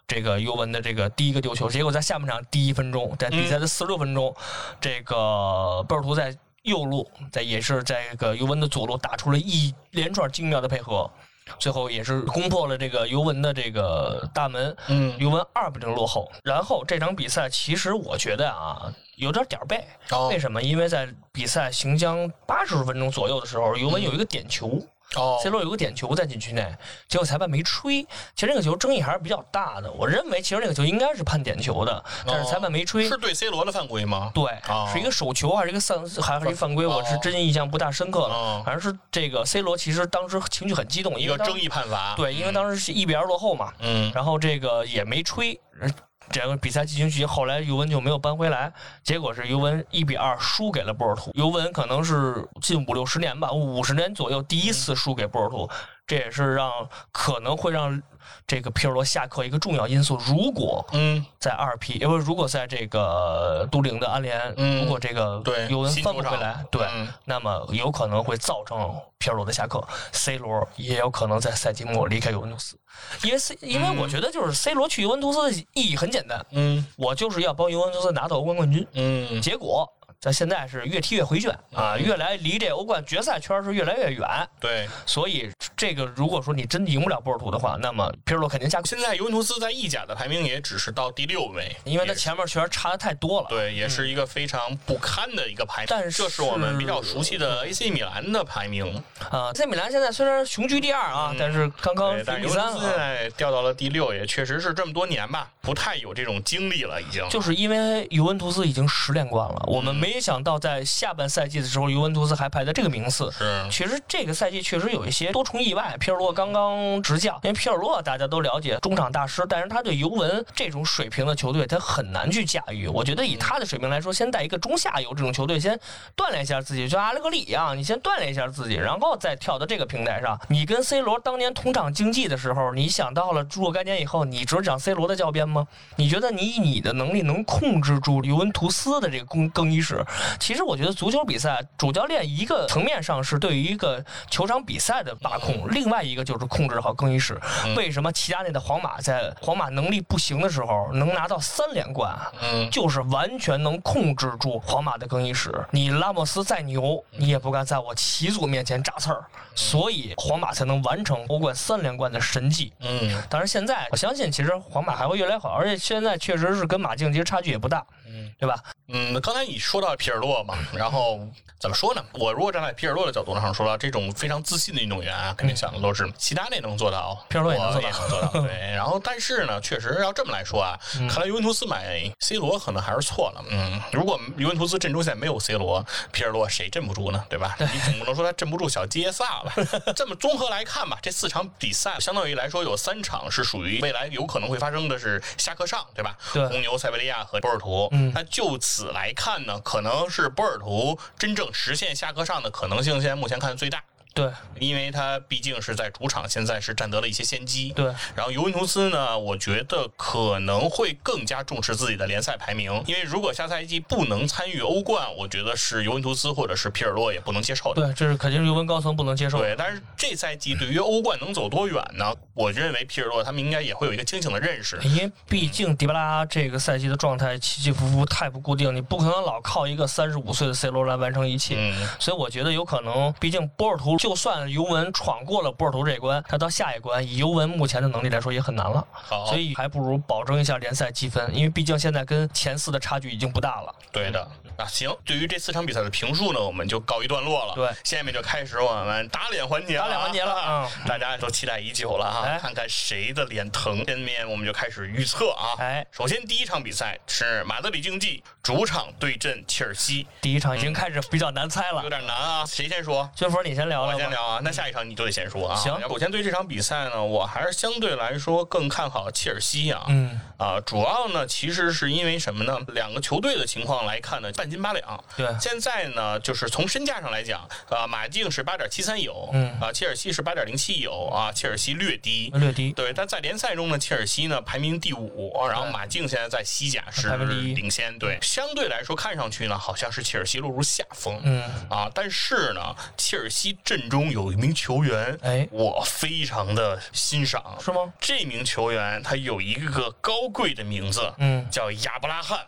这个尤文的这个第一个丢球，结果在下半场第一分钟，在比赛的嗯四十六分钟，这个贝尔图在右路，在也是在这个尤文的左路打出了一连串精妙的配合，最后也是攻破了这个尤文的这个大门，嗯尤文二比零落后。然后这场比赛其实我觉得啊，有点点儿背，哦嗯为什么？因为在比赛行将八十分钟左右的时候，嗯尤文有一个点球。哦 C 罗有个点球在禁区内，结果裁判没吹。其实那个球争议还是比较大的，我认为其实那个球应该是判点球的，但是裁判没吹。哦是对 C 罗的犯规吗？对，哦是一个手球还是一个犯，还是一个犯规？我是真印象不大深刻了哦。反正是这个 C 罗其实当时情绪很激动，一因个为当时争议判罚。对，因为当时是一比二落后嘛，嗯，然后这个也没吹，呃这个比赛进行曲，后来尤文就没有扳回来，结果是尤文一比二输给了波尔图。尤文可能是近五六十年吧，五十年左右第一次输给波尔图。这也是让可能会让这个皮尔洛下课一个重要因素。如果嗯，在二 P，因为如果在这个都灵的安联，嗯如果这个对尤文新翻不主回场来，对，嗯那么有可能会造成皮尔洛的下课，C 罗也有可能在赛季末离开尤文图斯，因为 C，因为我觉得就是 C 罗去尤文图斯的意义很简单，嗯我就是要帮尤文图斯拿到欧冠冠军，嗯结果。咱现在是越踢越回旋啊，越来离这欧冠决赛圈是越来越远，对。所以这个如果说你真赢不了波尔图的话，那么皮尔洛肯定下课，现在尤文图斯在意甲的排名也只是到第六位，因为他也是前面全是差的太多了。嗯对，也是一个非常不堪的一个排名。但是这是我们比较熟悉的 AC 米兰的排名，啊，这米兰现在虽然雄居第二啊，但是刚嗯刚对，但第尤三文图斯现啊，在掉到了第六，也确实是这么多年吧，不太有这种经历了，已经。就是因为尤文图斯已经十连冠了，嗯我们没想到在下半赛季的时候，尤文图斯还排在这个名次。是其实这个赛季确实有一些多重意外，皮尔洛刚刚执教，因为皮尔洛大家都了解中场大师，但是他对尤文这种水平的球队，他很难去驾驭。我觉得以嗯他的水平来说，先带一个中下游这种球队，先锻炼一下自己，就像阿莱格里一样，你先锻炼一下自己，然后再跳到这个平台上。你跟 C 罗当年同场竞技的时候，你想到了若干年以后，你只讲 C 罗的教鞭吗？你觉得你以你的能力能控制住尤文图斯的这个更更衣室？其实我觉得足球比赛主教练一个层面上是对于一个球场比赛的把控，另外一个就是控制好更衣室。为什么齐达内的皇马在皇马能力不行的时候能拿到三连冠？啊嗯，就是完全能控制住皇马的更衣室。你拉莫斯再牛，你也不敢在我齐祖面前扎刺儿，所以皇马才能完成欧冠三连冠的神迹。嗯当然，现在我相信，其实皇马还会越来越好，而且现在确实是跟马竞其实差距也不大，对吧？嗯，刚才你说到皮尔洛嘛，然后怎么说呢？我如果站在皮尔洛的角度上说到这种非常自信的运动员啊，肯定想的都是齐达内能做到，嗯皮尔洛也能做到我也能做 到。对，然后但是呢，确实要这么来说啊，嗯看来尤文图斯买 C 罗可能还是错了。嗯，如果尤文图斯阵中现在没有 C 罗，皮尔洛谁镇不住呢？对 吧？你总不能说他镇不住小杰萨吧？ 这么综合来看吧，这四场比赛相当于来说有三场是属于未来有可能会发生的是下课上，对吧？对红牛、塞维利亚和波尔图。嗯那就此来看呢，可能是波尔图真正实现下课上的可能性，现在目前看最大。对因为他毕竟是在主场，现在是占得了一些先机。对，然后尤文图斯呢，我觉得可能会更加重视自己的联赛排名，因为如果下赛季不能参与欧冠，我觉得是尤文图斯或者是皮尔洛也不能接受的。对，这是肯定是尤文高层不能接受。对，但是这赛季对于欧冠能走多远呢？我认为皮尔洛他们应该也会有一个清醒的认识。因为毕竟迪巴拉这个赛季的状态起起伏伏太不固定，你不可能老靠一个三十五岁的 C 罗来完成一切。嗯，所以我觉得有可能，毕竟波尔图就算尤文闯过了波尔图这一关，他到下一关以尤文目前的能力来说也很难了，好所，以还不如保证一下联赛积分，因为毕竟现在跟前四的差距已经不大了。对的。那行，对于这四场比赛的评述呢，我们就告一段落了。对下面就开始我们打脸环节了啊，打脸环节了啊嗯大家都期待已久了哈、哎看看谁的脸疼。下面我们就开始预测啊。哎首先第一场比赛是马德里竞技主场对阵切尔西，第一场嗯已经开始比较难猜了有，点难啊。谁先说？军佛你先聊我聊先吧。嗯聊啊，那下一场你就得先说啊。行首先对这场比赛呢，我还是相对来说更看好切尔西啊。嗯，啊，主要呢，其实是因为什么呢？两个球队的情况来看呢，半斤八两。对现在呢，就是从身价上来讲，啊，马竞是八点七三有，嗯啊，切尔西是八点零七有，啊，切尔西略低。略低。对，但在联赛中呢，切尔西呢排名第五，然后马竞现在在西甲是排名第一嗯领先。对，相对来说看上去呢，好像是切尔西落入下风。嗯，啊，但是呢，切尔西阵中有一名球员，哎我非常的欣赏，是吗？这名球员他有一个高贵的名字，嗯叫亚布拉罕。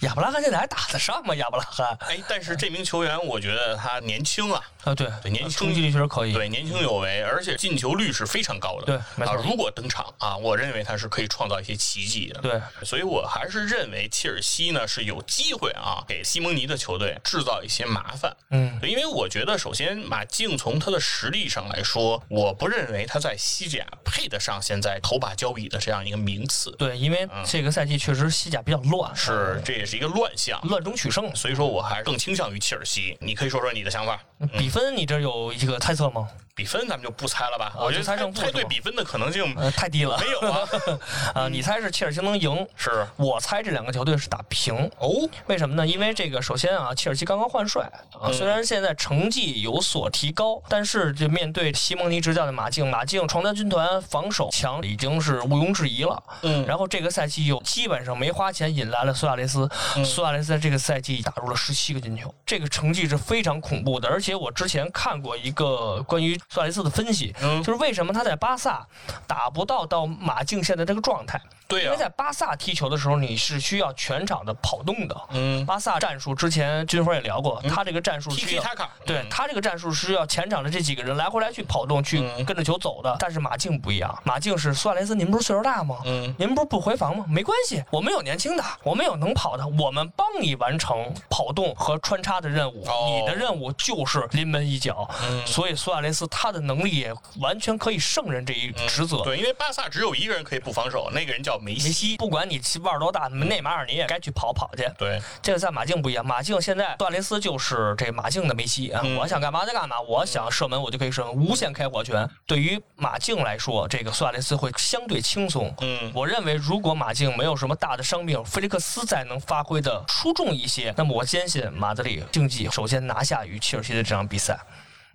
亚布拉罕现在还打得上吗？亚布拉罕哎，但是这名球员我觉得他年轻啊，啊，对，对年轻冲击力确实可以。对年轻有为，而且进球率是非常高的。对没错啊，如果登场啊，我认为他是可以创造一些奇迹的。对，所以我还是认为切尔西呢是有机会啊，给西蒙尼的球队制造一些麻烦。嗯，对因为我觉得，首先马竞从他的实力上来说，我不认为他在西甲配得上现在头把交椅的这样一个名次，对，因为这个赛季确实西甲比较乱，嗯啊是嗯这也是一个乱象。乱中取胜。嗯所以说，我还是更倾向于切尔西。你可以说说你的想法。比分你这有一个猜测吗？比分咱们就不猜了吧，啊我觉得就猜胜负猜是吧对比分的可能性呃，太低了。没有 啊，啊，你猜是切尔西能赢，是我猜这两个球队是打平。哦，为什么呢？因为这个，首先啊，切尔西刚刚换帅啊，嗯虽然现在成绩有所提高，但是这面对西蒙尼执教的马竞，马竞床单军团防守强已经是毋庸置疑了。嗯，然后这个赛季又基本上没花钱引来了苏亚雷斯，嗯苏亚雷斯在这个赛季打入了十七个进球，这个成绩是非常恐怖的。而且我之前看过一个关于苏亚雷斯的分析，嗯就是为什么他在巴萨打不到到马竞现在这个状态，对啊因呀为，在巴萨踢球的时候你是需要全场的跑动的。嗯巴萨战术之前军花也聊过，他这个战术，T 需 K 要塔卡，对他这个战术是要前场的这几个人来回来去跑动，去嗯跟着球走的。但是马竞不一样，马竞是苏亚雷斯，您不是岁数大吗？嗯您不是不回防吗？没关系，我们有年轻的，我们有能跑的，我们帮你完成跑动和穿插的任务。哦你的任务就是临门一脚，嗯所以苏亚雷斯他的能力也完全可以胜任这一职嗯责。对，因为巴萨只有一个人可以不防守，那个人叫梅梅西。西，不管你腕儿多大，内马尔你也该去跑跑去。对，这个在马竞不一样，马竞现在段雷斯就是这马竞的梅西啊，嗯我想干嘛就干嘛，我想射门我就可以射门，无限开火权。对于马竞来说，这个苏亚雷斯会相对轻松。嗯我认为，如果马竞没有什么大的伤病，菲利克斯再能发挥的出众一些，那么我坚信马德里竞技首先拿下与切尔西的这场比赛。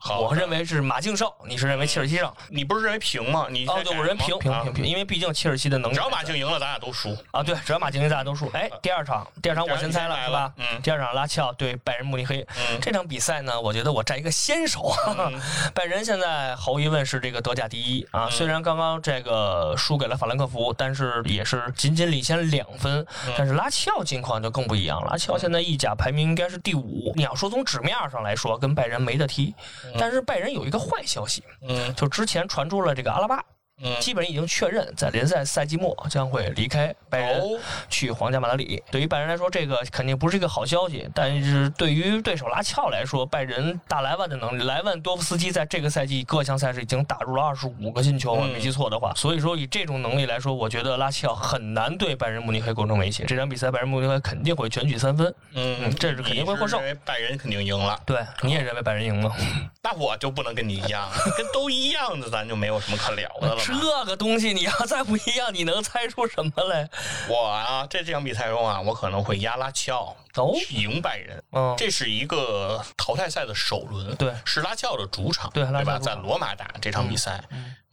好我认为是马竞胜，你是认为切尔西胜？你不是认为平吗？你哦在，对，改我认为吗平啊平平平，因为毕竟切尔西的能力只要马竞赢了，咱俩都输。啊，对，只要马竞赢大多数。哎，第二场，第二场我先猜了，是吧？第二场你先来了嗯第二场拉齐奥对拜仁慕尼黑。嗯这场比赛呢，我觉得我占一个先手。 拜仁现在毫无疑问是这个德甲第一啊，嗯虽然刚刚这个输给了法兰克福，但是也是仅仅领先两分。嗯但是拉齐奥近况就更不一样了，拉齐奥现在意甲排名应该是第五。你要说从纸面上来说，跟拜仁没得踢，但是拜仁有一个坏消息，嗯就之前传出了这个阿拉巴。嗯基本已经确认，在联赛赛季末将会离开拜仁，哦去皇家马德里。对于拜仁来说，这个肯定不是一个好消息，但是对于对手拉齐奥来说，拜仁大莱万的能力，莱万多夫斯基在这个赛季各项赛事已经打入了二十五个进球，嗯我没记错的话。所以说，以这种能力来说，我觉得拉齐奥很难对拜仁慕尼黑构成威胁。这场比赛，拜仁慕尼黑肯定会全取三分。嗯这是肯定会获胜因为拜仁肯定赢了。对，你也认为拜仁赢吗？那我就不能跟你一 样，跟都一样的，咱就没有什么可聊的了嘛。这个东西你要再不一样，你能猜出什么来？我啊，在这场比赛中啊，我可能会压拉齐奥哦去赢拜仁。嗯，这是一个淘汰赛的首轮，对是拉齐奥的主场，对拉齐奥吧？主场嗯在罗马打这场比赛，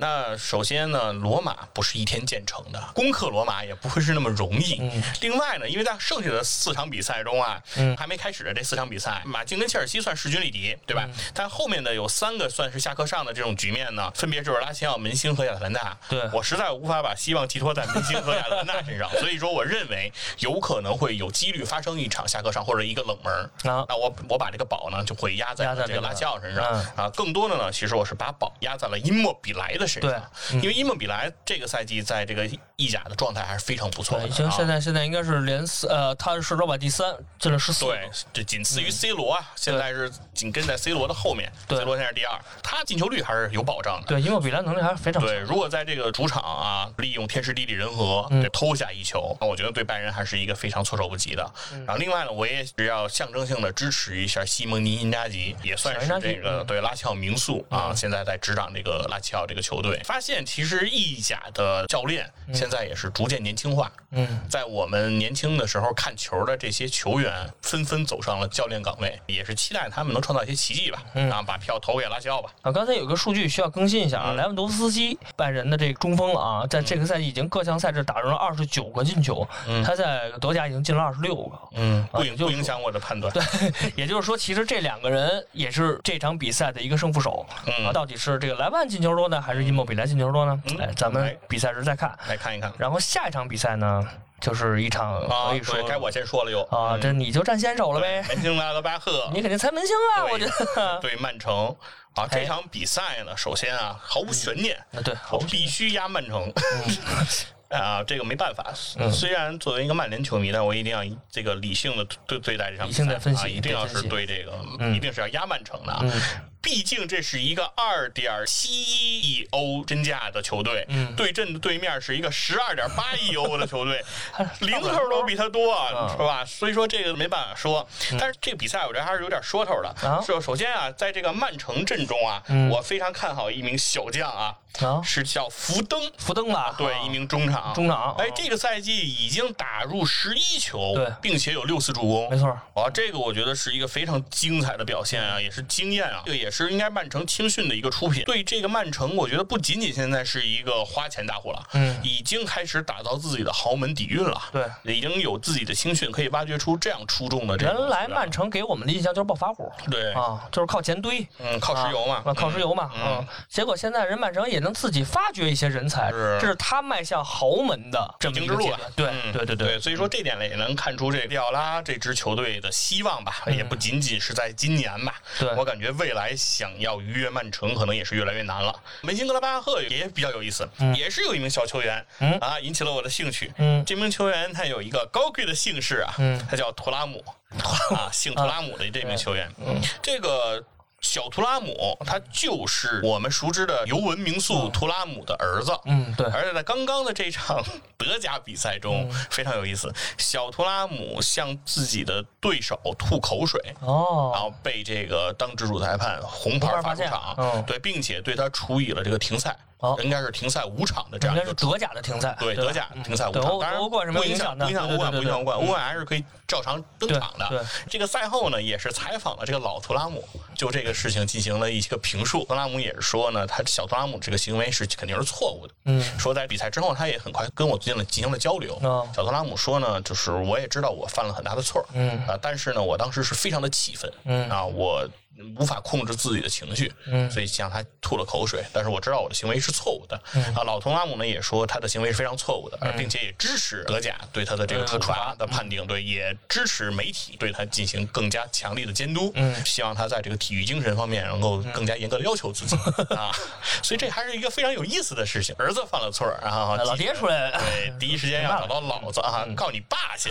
那首先呢，罗马不是一天建成的，攻克罗马也不会是那么容易。另外呢，因为在剩下的四场比赛中啊，嗯还没开始的这四场比赛，马竞跟切尔西算势均力敌，对嗯吧？但后面的有三个算是下课上的这种局面呢，分别就是拉齐奥、门兴和亚特兰大。对我实在无法把希望寄托在门兴和亚特兰大 身上，所以说我认为有可能会有几率发生一场下课上或者一个冷门儿。啊那我我把这个宝呢就会压在压在这个这个拉齐奥身上嗯啊，更多的呢，其实我是把宝压在了因莫比莱的身上，因嗯为因莫比莱这个赛季在这个意甲的状态还是非常不错的啊，对，已经现在现在应该是连四呃，他是罗马第三，进了十四。对，这仅次于 C 罗啊，现在是紧跟在 C 罗的后面嗯对，C 罗现在是第二，他进球率还是有保障的。对，因为比莱能力还是非常强。 对，如果在这个主场啊，利用天时地利人和，嗯对偷下一球，那我觉得对拜仁还是一个非常措手不及的。嗯然后另外呢，我也是要象征性的支持一下西蒙尼·因扎吉，也算是小因扎吉这个嗯对拉齐奥名宿啊，现在在执掌这个拉齐奥这个球队。发现其实意甲的教练现在也是逐渐年轻化，嗯，在我们年轻的时候看球的这些球员，纷纷走上了教练岗位，也是期待他们能创造一些奇迹吧。嗯啊，把票投给拉齐奥吧。啊，刚才有个数据需要更新一下啊，嗯莱万多夫斯基拜仁的这个中锋了啊，在这个赛季已经各项赛事打入了二十九个进球，他在德甲已经进了二十六个。 嗯，不影也就是不影响我的判断。也就是说，其实这两个人也是这场比赛的一个胜负手、嗯啊，到底是这个莱万进球多呢，还是伊莫比莱进球多呢？嗯哎，咱们哎比赛时再看。来看一看。然后下一场比赛呢，就是一场啊，可以说对该我嗯先说了又啊，这你就占先手了呗。门兴拉德巴赫你肯定猜门兴啊，我觉得。对曼城啊，哎这场比赛呢，首先啊，毫无悬念，那对，我必须压曼城。嗯 啊，这个没办法。虽然作为一个曼联球迷，但我一定要以这个理性的对对待这场比赛，理性地分析嗯啊，一定要对分是析对这个，一定是要压曼城的啊。毕竟这是一个二点七一亿欧身价的球队，嗯对阵的对面是一个十二点八亿欧的球 队，零头都比他多，嗯是吧？所以说这个没办法说，但是这个比赛我觉得还是有点说头啊嗯的。是首先啊，在这个曼城阵中啊，我非常看好一名小将啊，啊，是叫福登，福登吧，对啊，一名中场。中场，哎啊，这个赛季已经打入十一球对，并且有六次助攻，没错儿，啊，这个我觉得是一个非常精彩的表现啊，也是经验啊，这个也是应该曼城青训的一个出品。对这个曼城，我觉得不仅仅现在是一个花钱大户了，嗯已经开始打造自己的豪门底蕴了，对。已经有自己的青训，可以挖掘出这样出众的这个球员。原来曼城给我们的印象就是暴发户对，啊，就是靠钱堆，嗯，靠石油嘛，啊靠石油嘛，嗯嗯，结果现在人曼城也能自己发掘一些人才，是这是他迈向豪门的这么一个必经之阶路啊段，对嗯对对对，，所以说这点呢也能看出这个迪奥拉这支球队的希望吧，也不仅仅是在今年吧。嗯对我感觉未来想要逾越曼城，可能也是越来越难了。梅辛格拉巴赫也比较有意思，也是有一名小球员、嗯啊，引起了我的兴趣。嗯这名球员他有一个高贵的姓氏啊，嗯他叫图拉 姆啊，姓图拉姆的这名球员，嗯这个。小图拉姆，他就是我们熟知的尤文名宿图拉姆的儿子。嗯对，而且在刚刚的这场 德甲比赛嗯中，非常有意思，小图拉姆向自己的对手吐口水。然哦，后被这个当值主裁判红牌罚出场红牌，罚下嗯对，并且对他处以了这个停赛，哦应该是停赛五场的这应样一该个是德甲的停赛，对吧德甲停赛五对场，欧当然欧冠是没不有影影响的，不影响对欧冠，不对影响欧对对冠，欧冠还是可以照常登场对的对。这个赛后呢，也是采访了这个老图拉姆，就这个事情进行了一些评述。图拉姆也是说呢，他小图拉姆这个行为是肯定是错误的。嗯说在比赛之后，他也很快跟我进了进行了交流。哦小图拉姆说呢，就是我也知道我犯了很大的错，嗯啊，但是呢，我当时是非常的气愤，嗯啊，我无法控制自己的情绪，嗯所以向他吐了口水。但是我知道我的行为是错误的，嗯啊，老图拉姆呢也说他的行为是非常错误的，而并且也支持德甲对他的嗯这个处罚的判定，对，也支持媒体对他进行更加强力的监督，嗯希望他在这个体育精神方面能够更加严格的要求自 己啊，所以这还是一个非常有意思的事情。儿子犯了错儿，然后老记爹者出来了。对，第一时间要找到老子啊，告你爸去！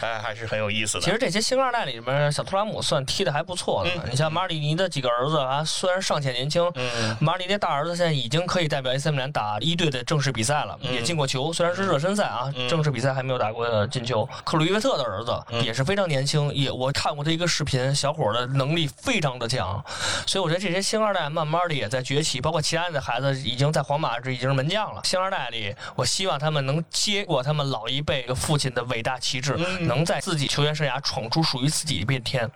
哎，还是很有意思嗯其的。实这些星二代里面，小图拉姆算踢的还不错的。你像马里尼的几个儿子啊，虽然尚显年轻，嗯马里尼的大儿子现在已经可以代表 AC 米兰打一队的正式比赛了，嗯也进过球，虽然是热身赛啊，正式比赛还没有打过进球。克鲁伊维特的儿子嗯也是非常年轻，也我看过他一个视频，小伙儿的能力非常的强，所以我觉得这些星二代慢慢的也在崛起，包括齐安的孩子已经在皇马这已经是门将了。星二代里，我希望他们能接过他们老一辈的父亲的伟大旗帜，嗯能在自己球员生涯闯出属于自己一片天。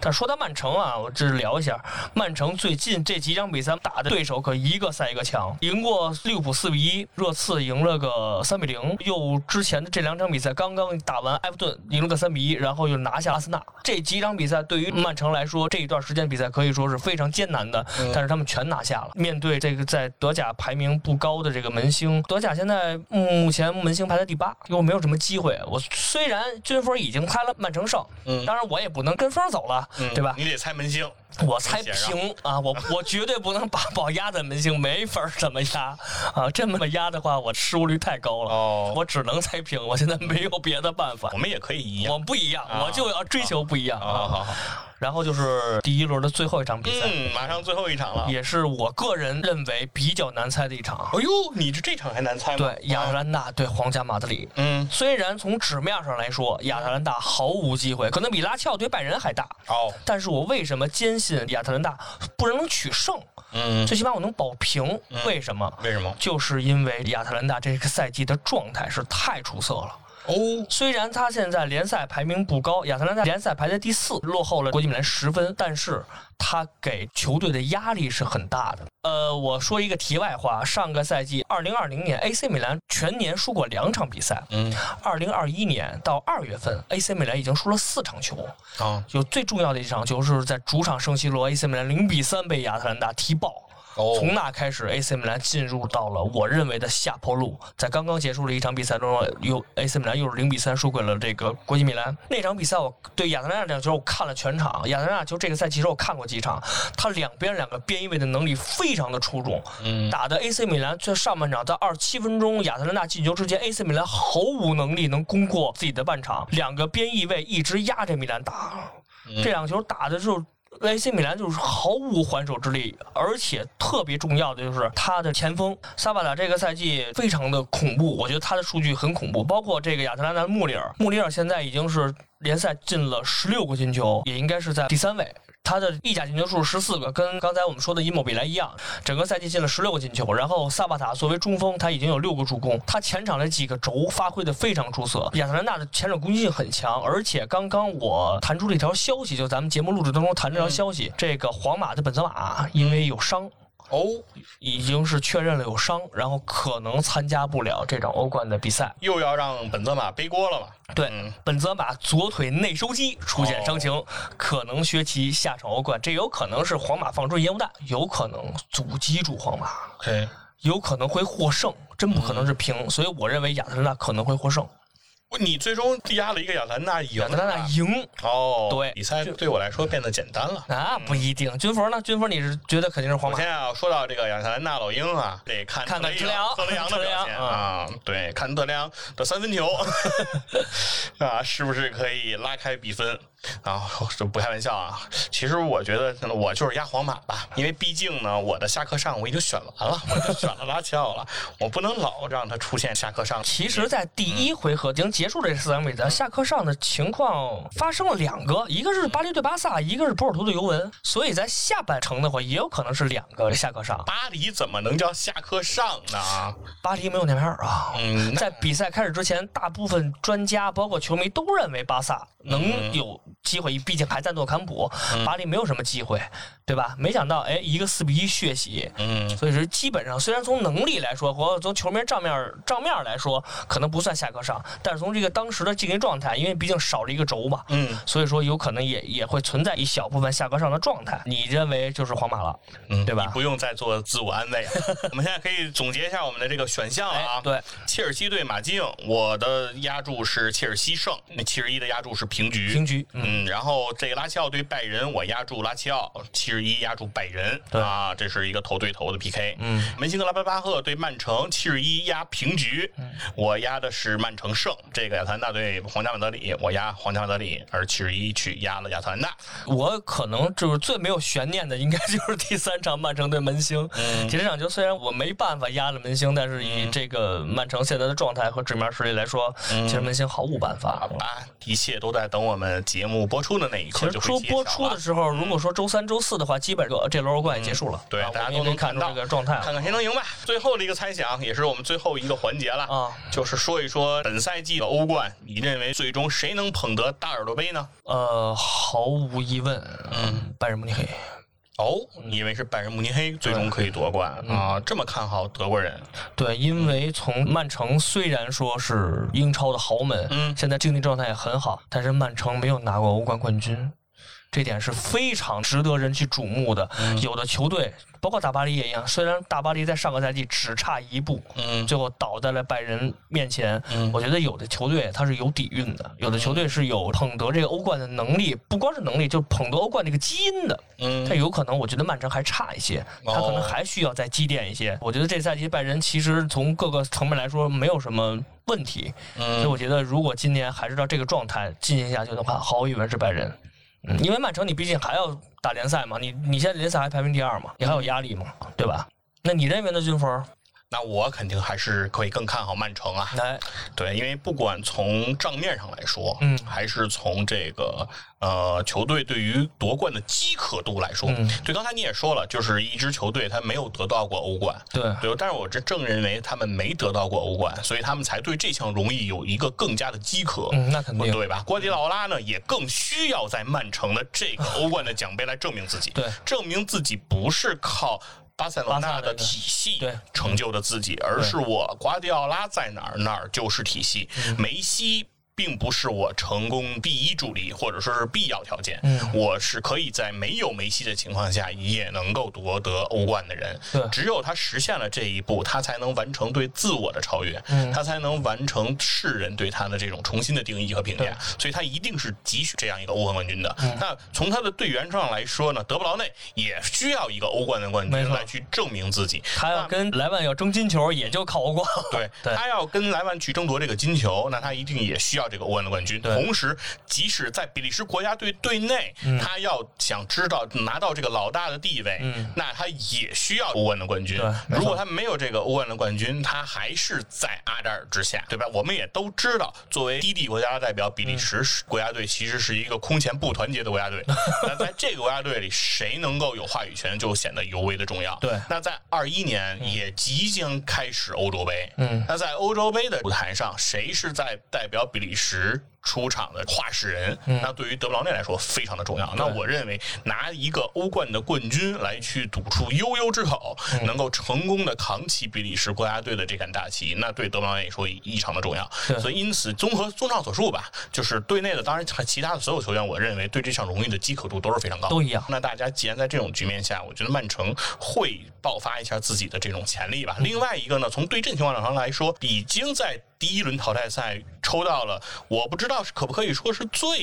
但说到曼城啊，我这聊一下，曼城最近这几场比赛打的对手可一个赛一个强，赢过利物浦四比一，热刺赢了个三比零，又之前的这两场比赛刚刚打完埃弗顿赢了个三比一，然后又拿下阿森纳。这几场比赛对于曼城来说，这一段时间比赛可以说是非常艰难的，嗯但是他们全拿下了。面对这个在德甲排名不高的这个门兴，德甲现在目前门兴排在第八，又没有什么机会。我虽然均分已经开了曼城胜，嗯当然我也不能跟风走了，嗯对吧？你得猜门兴，我猜平啊，我我绝对不能把 宝压在门兴，没法儿怎么压啊！这么压的话，我失误率太高了，哦我只能猜平，我现在没有别的办法我。们也可以一样我。不一样，啊我就要追求不一样好啊！好好，然后就是第一轮的最后一场比赛，嗯，马上最后一场了。也是我个人认为比较难猜的一场。哎呦，你这这场还难猜吗？啊对，亚特兰大对皇家马德里。嗯，虽然从纸面上来说，亚特兰大毫无机会，可能比拉齐奥对拜仁还大，哦，但是我为什么坚信亚特兰大不能取胜？嗯，最起码我能保平。为什么？为什么？就是因为亚特兰大这个赛季的状态是太出色了。哦，虽然他现在联赛排名不高，亚特兰大联赛排在第四，落后了国际米兰十分，但是他给球队的压力是很大的。呃，我说一个题外话，上个赛季二零二零年 AC 米兰全年输过两场比赛，嗯，二零二一年到二月份 AC 米兰已经输了四场球，啊，就最重要的一场球是在主场圣西罗 AC 米兰零比三被亚特兰大踢爆。哦，从那开始，AC 米兰进入到了我认为的下坡路。在刚刚结束了一场比赛中，又 AC 米兰又是零比三输给了这个国际米兰。那场比赛我对亚特兰大两球我看了全场，亚特兰大球这个赛其实我看过几场，他两边两个边翼位的能力非常的出众。嗯，打的 AC 米兰在上半场在二十七分钟亚特兰大进球之前，AC 米兰毫无能力能攻过自己的半场，两个边翼位一直压着米兰打，这两球打的时候。 AC 米兰就是毫无还手之力，而且特别重要的就是他的前锋萨巴塔这个赛季非常的恐怖，我觉得他的数据很恐怖，包括这个亚特兰大的穆里尔，穆里尔现在已经是联赛进了十六个进球，也应该是在第三位。他的意甲进球数十四个，跟刚才我们说的伊莫比莱一样，整个赛季进了十六个进球。然后萨巴塔作为中锋，他已经有六个助攻，他前场的几个轴发挥的非常出色。亚特兰大的前场攻击性很强，而且刚刚我弹出了一条消息，就咱们节目录制当中弹这条消息，这个皇马的本泽马因为有伤。哦，已经是确认了有伤，然后可能参加不了这场欧冠的比赛。又要让本泽马背锅了嘛？对，嗯本泽马左腿内收肌出现伤情，可能缺席下场欧冠。这有可能是皇马放出烟雾弹，有可能阻击住皇马， ，OK，有可能会获胜，真不可能是平。所以我认为亚特兰大可能会获胜，不你最终压了一个亚特兰大赢亚了特吧，兰大赢。哦，对比赛对我来说变得简单了。那不一定，军佛呢？军佛，你是觉得肯定是皇我马现？在要说到这个亚特兰大老鹰啊，得看看看特雷杨特特雷雷杨杨的表现特雷杨嗯啊，对，看特雷杨的三分球 啊，是不是可以拉开比分啊？这不开玩笑啊，其实我觉得我就是压皇马吧，因为毕竟呢，我的下课上我已经选完了， 我就选了拉齐奥了，我不能老让他出现下课上。其实，在第一回合已经结束这四场比赛，下课上的情况发生了两个，一个是巴黎对巴萨，一个是波尔图对尤文，所以在下半程的话，也有可能是两个下课上。巴黎怎么能叫下课上呢？巴黎没有鸟样儿啊。嗯，那在比赛开始之前，大部分专家包括球迷都认为巴萨能嗯有机会，毕竟还在诺坎普，巴黎没有什么机会，对吧？没想到，哎，一个四比一血洗，嗯，所以说基本上虽然从能力来说和从球迷账面账面来说，可能不算下课上，但是从这个当时的竞技状态，因为毕竟少了一个轴嘛，嗯，所以说有可能也也会存在一小部分下课上的状态。你认为就是皇马了，嗯对吧你不用再做自我安慰了。我们现在可以总结一下我们的这个选项了啊。哎对，切尔西对马竞，我的压注是切尔西胜，那七十一的压注是平局。平局嗯嗯，然后这个拉齐奥对拜仁，我压注拉齐奥，七十一压注拜仁，对啊，这是一个头对头的 PK。嗯，门兴格拉巴巴赫对曼城，七十一压平局，嗯我压的是曼城胜。这个亚特兰大对皇家马德里，我压皇家马德里，而七十一去压了亚特兰大。我可能就是最没有悬念的，应该就是第三场曼城对门兴。嗯其实这场球虽然我没办法压了门兴，但是以这个曼城现在的状态和纸面实力来说，嗯其实门兴毫无办法。吧，一切都在等我们节目播出的那一其刻实就会出揭播晓出的了。嗯时候，如果说周三、周四的话，基本就这轮欧冠也结束了，对啊大家我们都也能能看出看这到个状态了看看谁能赢吧。最后的一个猜想，也是我们最后一个环节了，啊。就是说一说本赛季的欧冠，你认为最终谁能捧得大耳朵杯呢？呃，毫无疑问，嗯，拜仁慕尼黑，哦，你认为是拜仁慕尼黑最终可以夺冠嗯啊？这么看好德国人？对，嗯因为从曼城虽然说是英超的豪门，嗯现在竞技状态也很好，但是曼城没有拿过欧冠冠军。这点是非常值得人去瞩目的。嗯有的球队，包括大巴黎也一样，虽然大巴黎在上个赛季只差一步，嗯，最后倒在了拜仁面前。嗯我觉得有的球队它是有底蕴的，有的球队是有捧得这个欧冠的能力，不光是能力，就捧得欧冠这个基因的。嗯但有可能，我觉得曼城还差一些，哦他可能还需要再积淀一些。我觉得这赛季拜仁其实从各个层面来说没有什么问题，所以嗯我觉得如果今年还是照这个状态进行下去的话，毫无疑问是拜仁。嗯，因为曼城你毕竟还要打联赛嘛，你你现在联赛还排名第二嘛，你还有压力嘛，对吧？那你认为呢，军峰？那我肯定还是会更看好曼城啊。来，对，因为不管从账面上来说，嗯还是从这个呃球队对于夺冠的饥渴度来说，嗯对，刚才你也说了，就是一支球队他没有得到过欧冠，对，对，但是我这正认为他们没得到过欧冠，所以他们才对这项荣誉有一个更加的饥渴。嗯，那肯定，对吧？瓜迪奥拉呢，也更需要在曼城的这个欧冠的奖杯来证明自己，对证明自己不是靠巴塞罗巴萨那的的体系对成就的自己，而是我瓜迪奥拉在哪嗯儿，哪儿就是体系。梅西。并不是我成功第一助力，或者说是必要条件。嗯我是可以在没有梅西的情况下，也能够夺得欧冠的人。对只有他实现了这一步，他才能完成对自我的超越，嗯他才能完成世人对他的这种重新的定义和评价。所以他一定是急需这样一个欧冠冠军的。嗯那从他的队员上来说呢，德布劳内也需要一个欧冠的冠没军错来去证明自己。他要跟莱万要争金球，也就靠欧冠。对对他要跟莱万去争夺这个金球，那他一定也需要要这个欧冠的冠军。对同时，即使在比利时国家队队内，嗯他要想知道拿到这个老大的地位，嗯那他也需要欧冠的冠军对。没错如果他没有这个欧冠的冠军，他还是在阿扎尔之下，对吧？我们也都知道，作为低地国家的代表，比利嗯时是国家队其实是一个空前不团结的国 家队。那在这个国家队里，谁能够有话语权，就显得尤为的重要。对那在二一年也即将开始欧洲杯，嗯，那在欧洲杯的舞台上，谁是在代表比利时出场的话事人？嗯那对于德布劳内来说非常的重要。那我认为拿一个欧冠的冠军来去堵出悠悠之口，嗯能够成功的扛起比利时国家队的这杆大旗，那对德布劳内来说异常的重要。所以因此，综合综上所述吧，就是队内的，当然其他的所有球员，我认为对这项荣誉的饥渴度都是非常高的，都一样那大家既然在这种局面下，我觉得曼城会爆发一下自己的这种潜力吧。另外一个呢，从对阵情况上来说，已经在第一轮淘汰赛抽到了，我不知道是可不可以说是最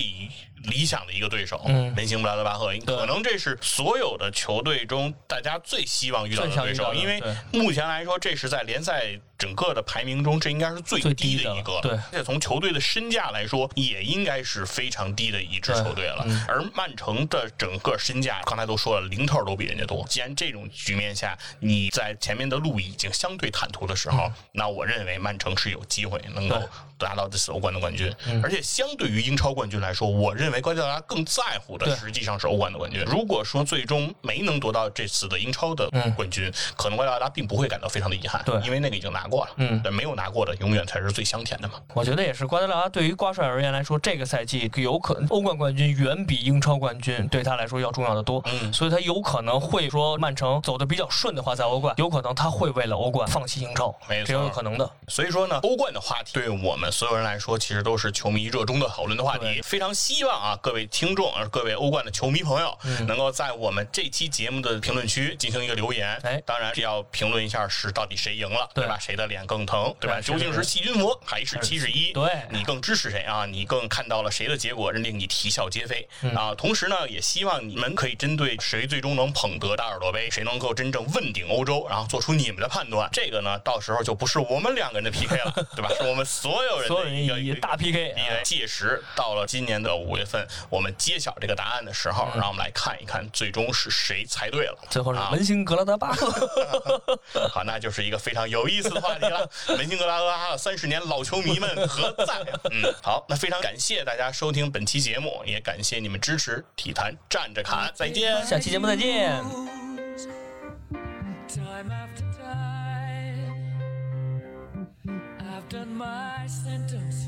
理想的一个对手，嗯，门兴布拉德巴赫，可能这是所有的球队中大家最希望遇到的最想对遇到手，的因为对目前来说，这是在联赛整个的排名中，这应该是最最低低的一个了。对而且从球队的身价来说，也应该是非常低的一支球队了。嗯而曼城的整个身价，刚才都说了，零头都比人家多。既然这种局面下，你在前面的路已经相对坦途的时候，那我认为曼城是有机会能够嗯对嗯拿到这次欧冠的冠军。而且相对于英超冠军来说，我认为瓜迪奥拉更在乎的对实际上是欧冠的冠军。如果说最终没能夺到这次的英超的冠军，可能瓜迪奥拉并不会感到非常的遗憾，嗯对因为那个已经拿过了。嗯对，没有拿过的永远才是最香甜的嘛。我觉得也是，瓜迪奥拉对于瓜帅而言来说，这个赛季有可能欧冠冠军远比英超冠军对他来说要重要的多。嗯所以他有可能会说，曼城走的比较顺的话，在欧冠有可能他会为了欧冠放弃英超，没错这有可能的。所以说呢，欧冠的话题对我们所有人来说，其实都是球迷热衷的讨论的话题。对非常希望啊，各位听众，呃，各位欧冠的球迷朋友，嗯能够在我们这期节目的评论区进行一个留言。哎当然是要评论一下是到底谁赢了，对吧？谁的脸更疼，对吧？对谁究的竟是细菌佛还是七十一？嗯对你更支持谁啊？你更看到了谁的结果令你啼笑皆非、嗯啊？同时呢，也希望你们可以针对谁最终能捧得大耳朵杯，谁能够真正问鼎欧洲，然后做出你们的判断。这个呢，到时候就不是我们两个人的 PK 了，对吧？是我们所有人所有的一个人以大 PK，因为届时到了今年的五月份，我们揭晓这个答案的时嗯候，让我们来看一看最终是谁猜对了。最后是啊文兴格拉达巴赫。 好，那就是一个非常有意思的话题了。门兴格拉德巴赫三十年老球迷们何在？嗯，好，那非常感谢大家收听本期节目，也感谢你们支持体坛站着侃，再见。下期节目再见。 Time after time, I've done my sentence,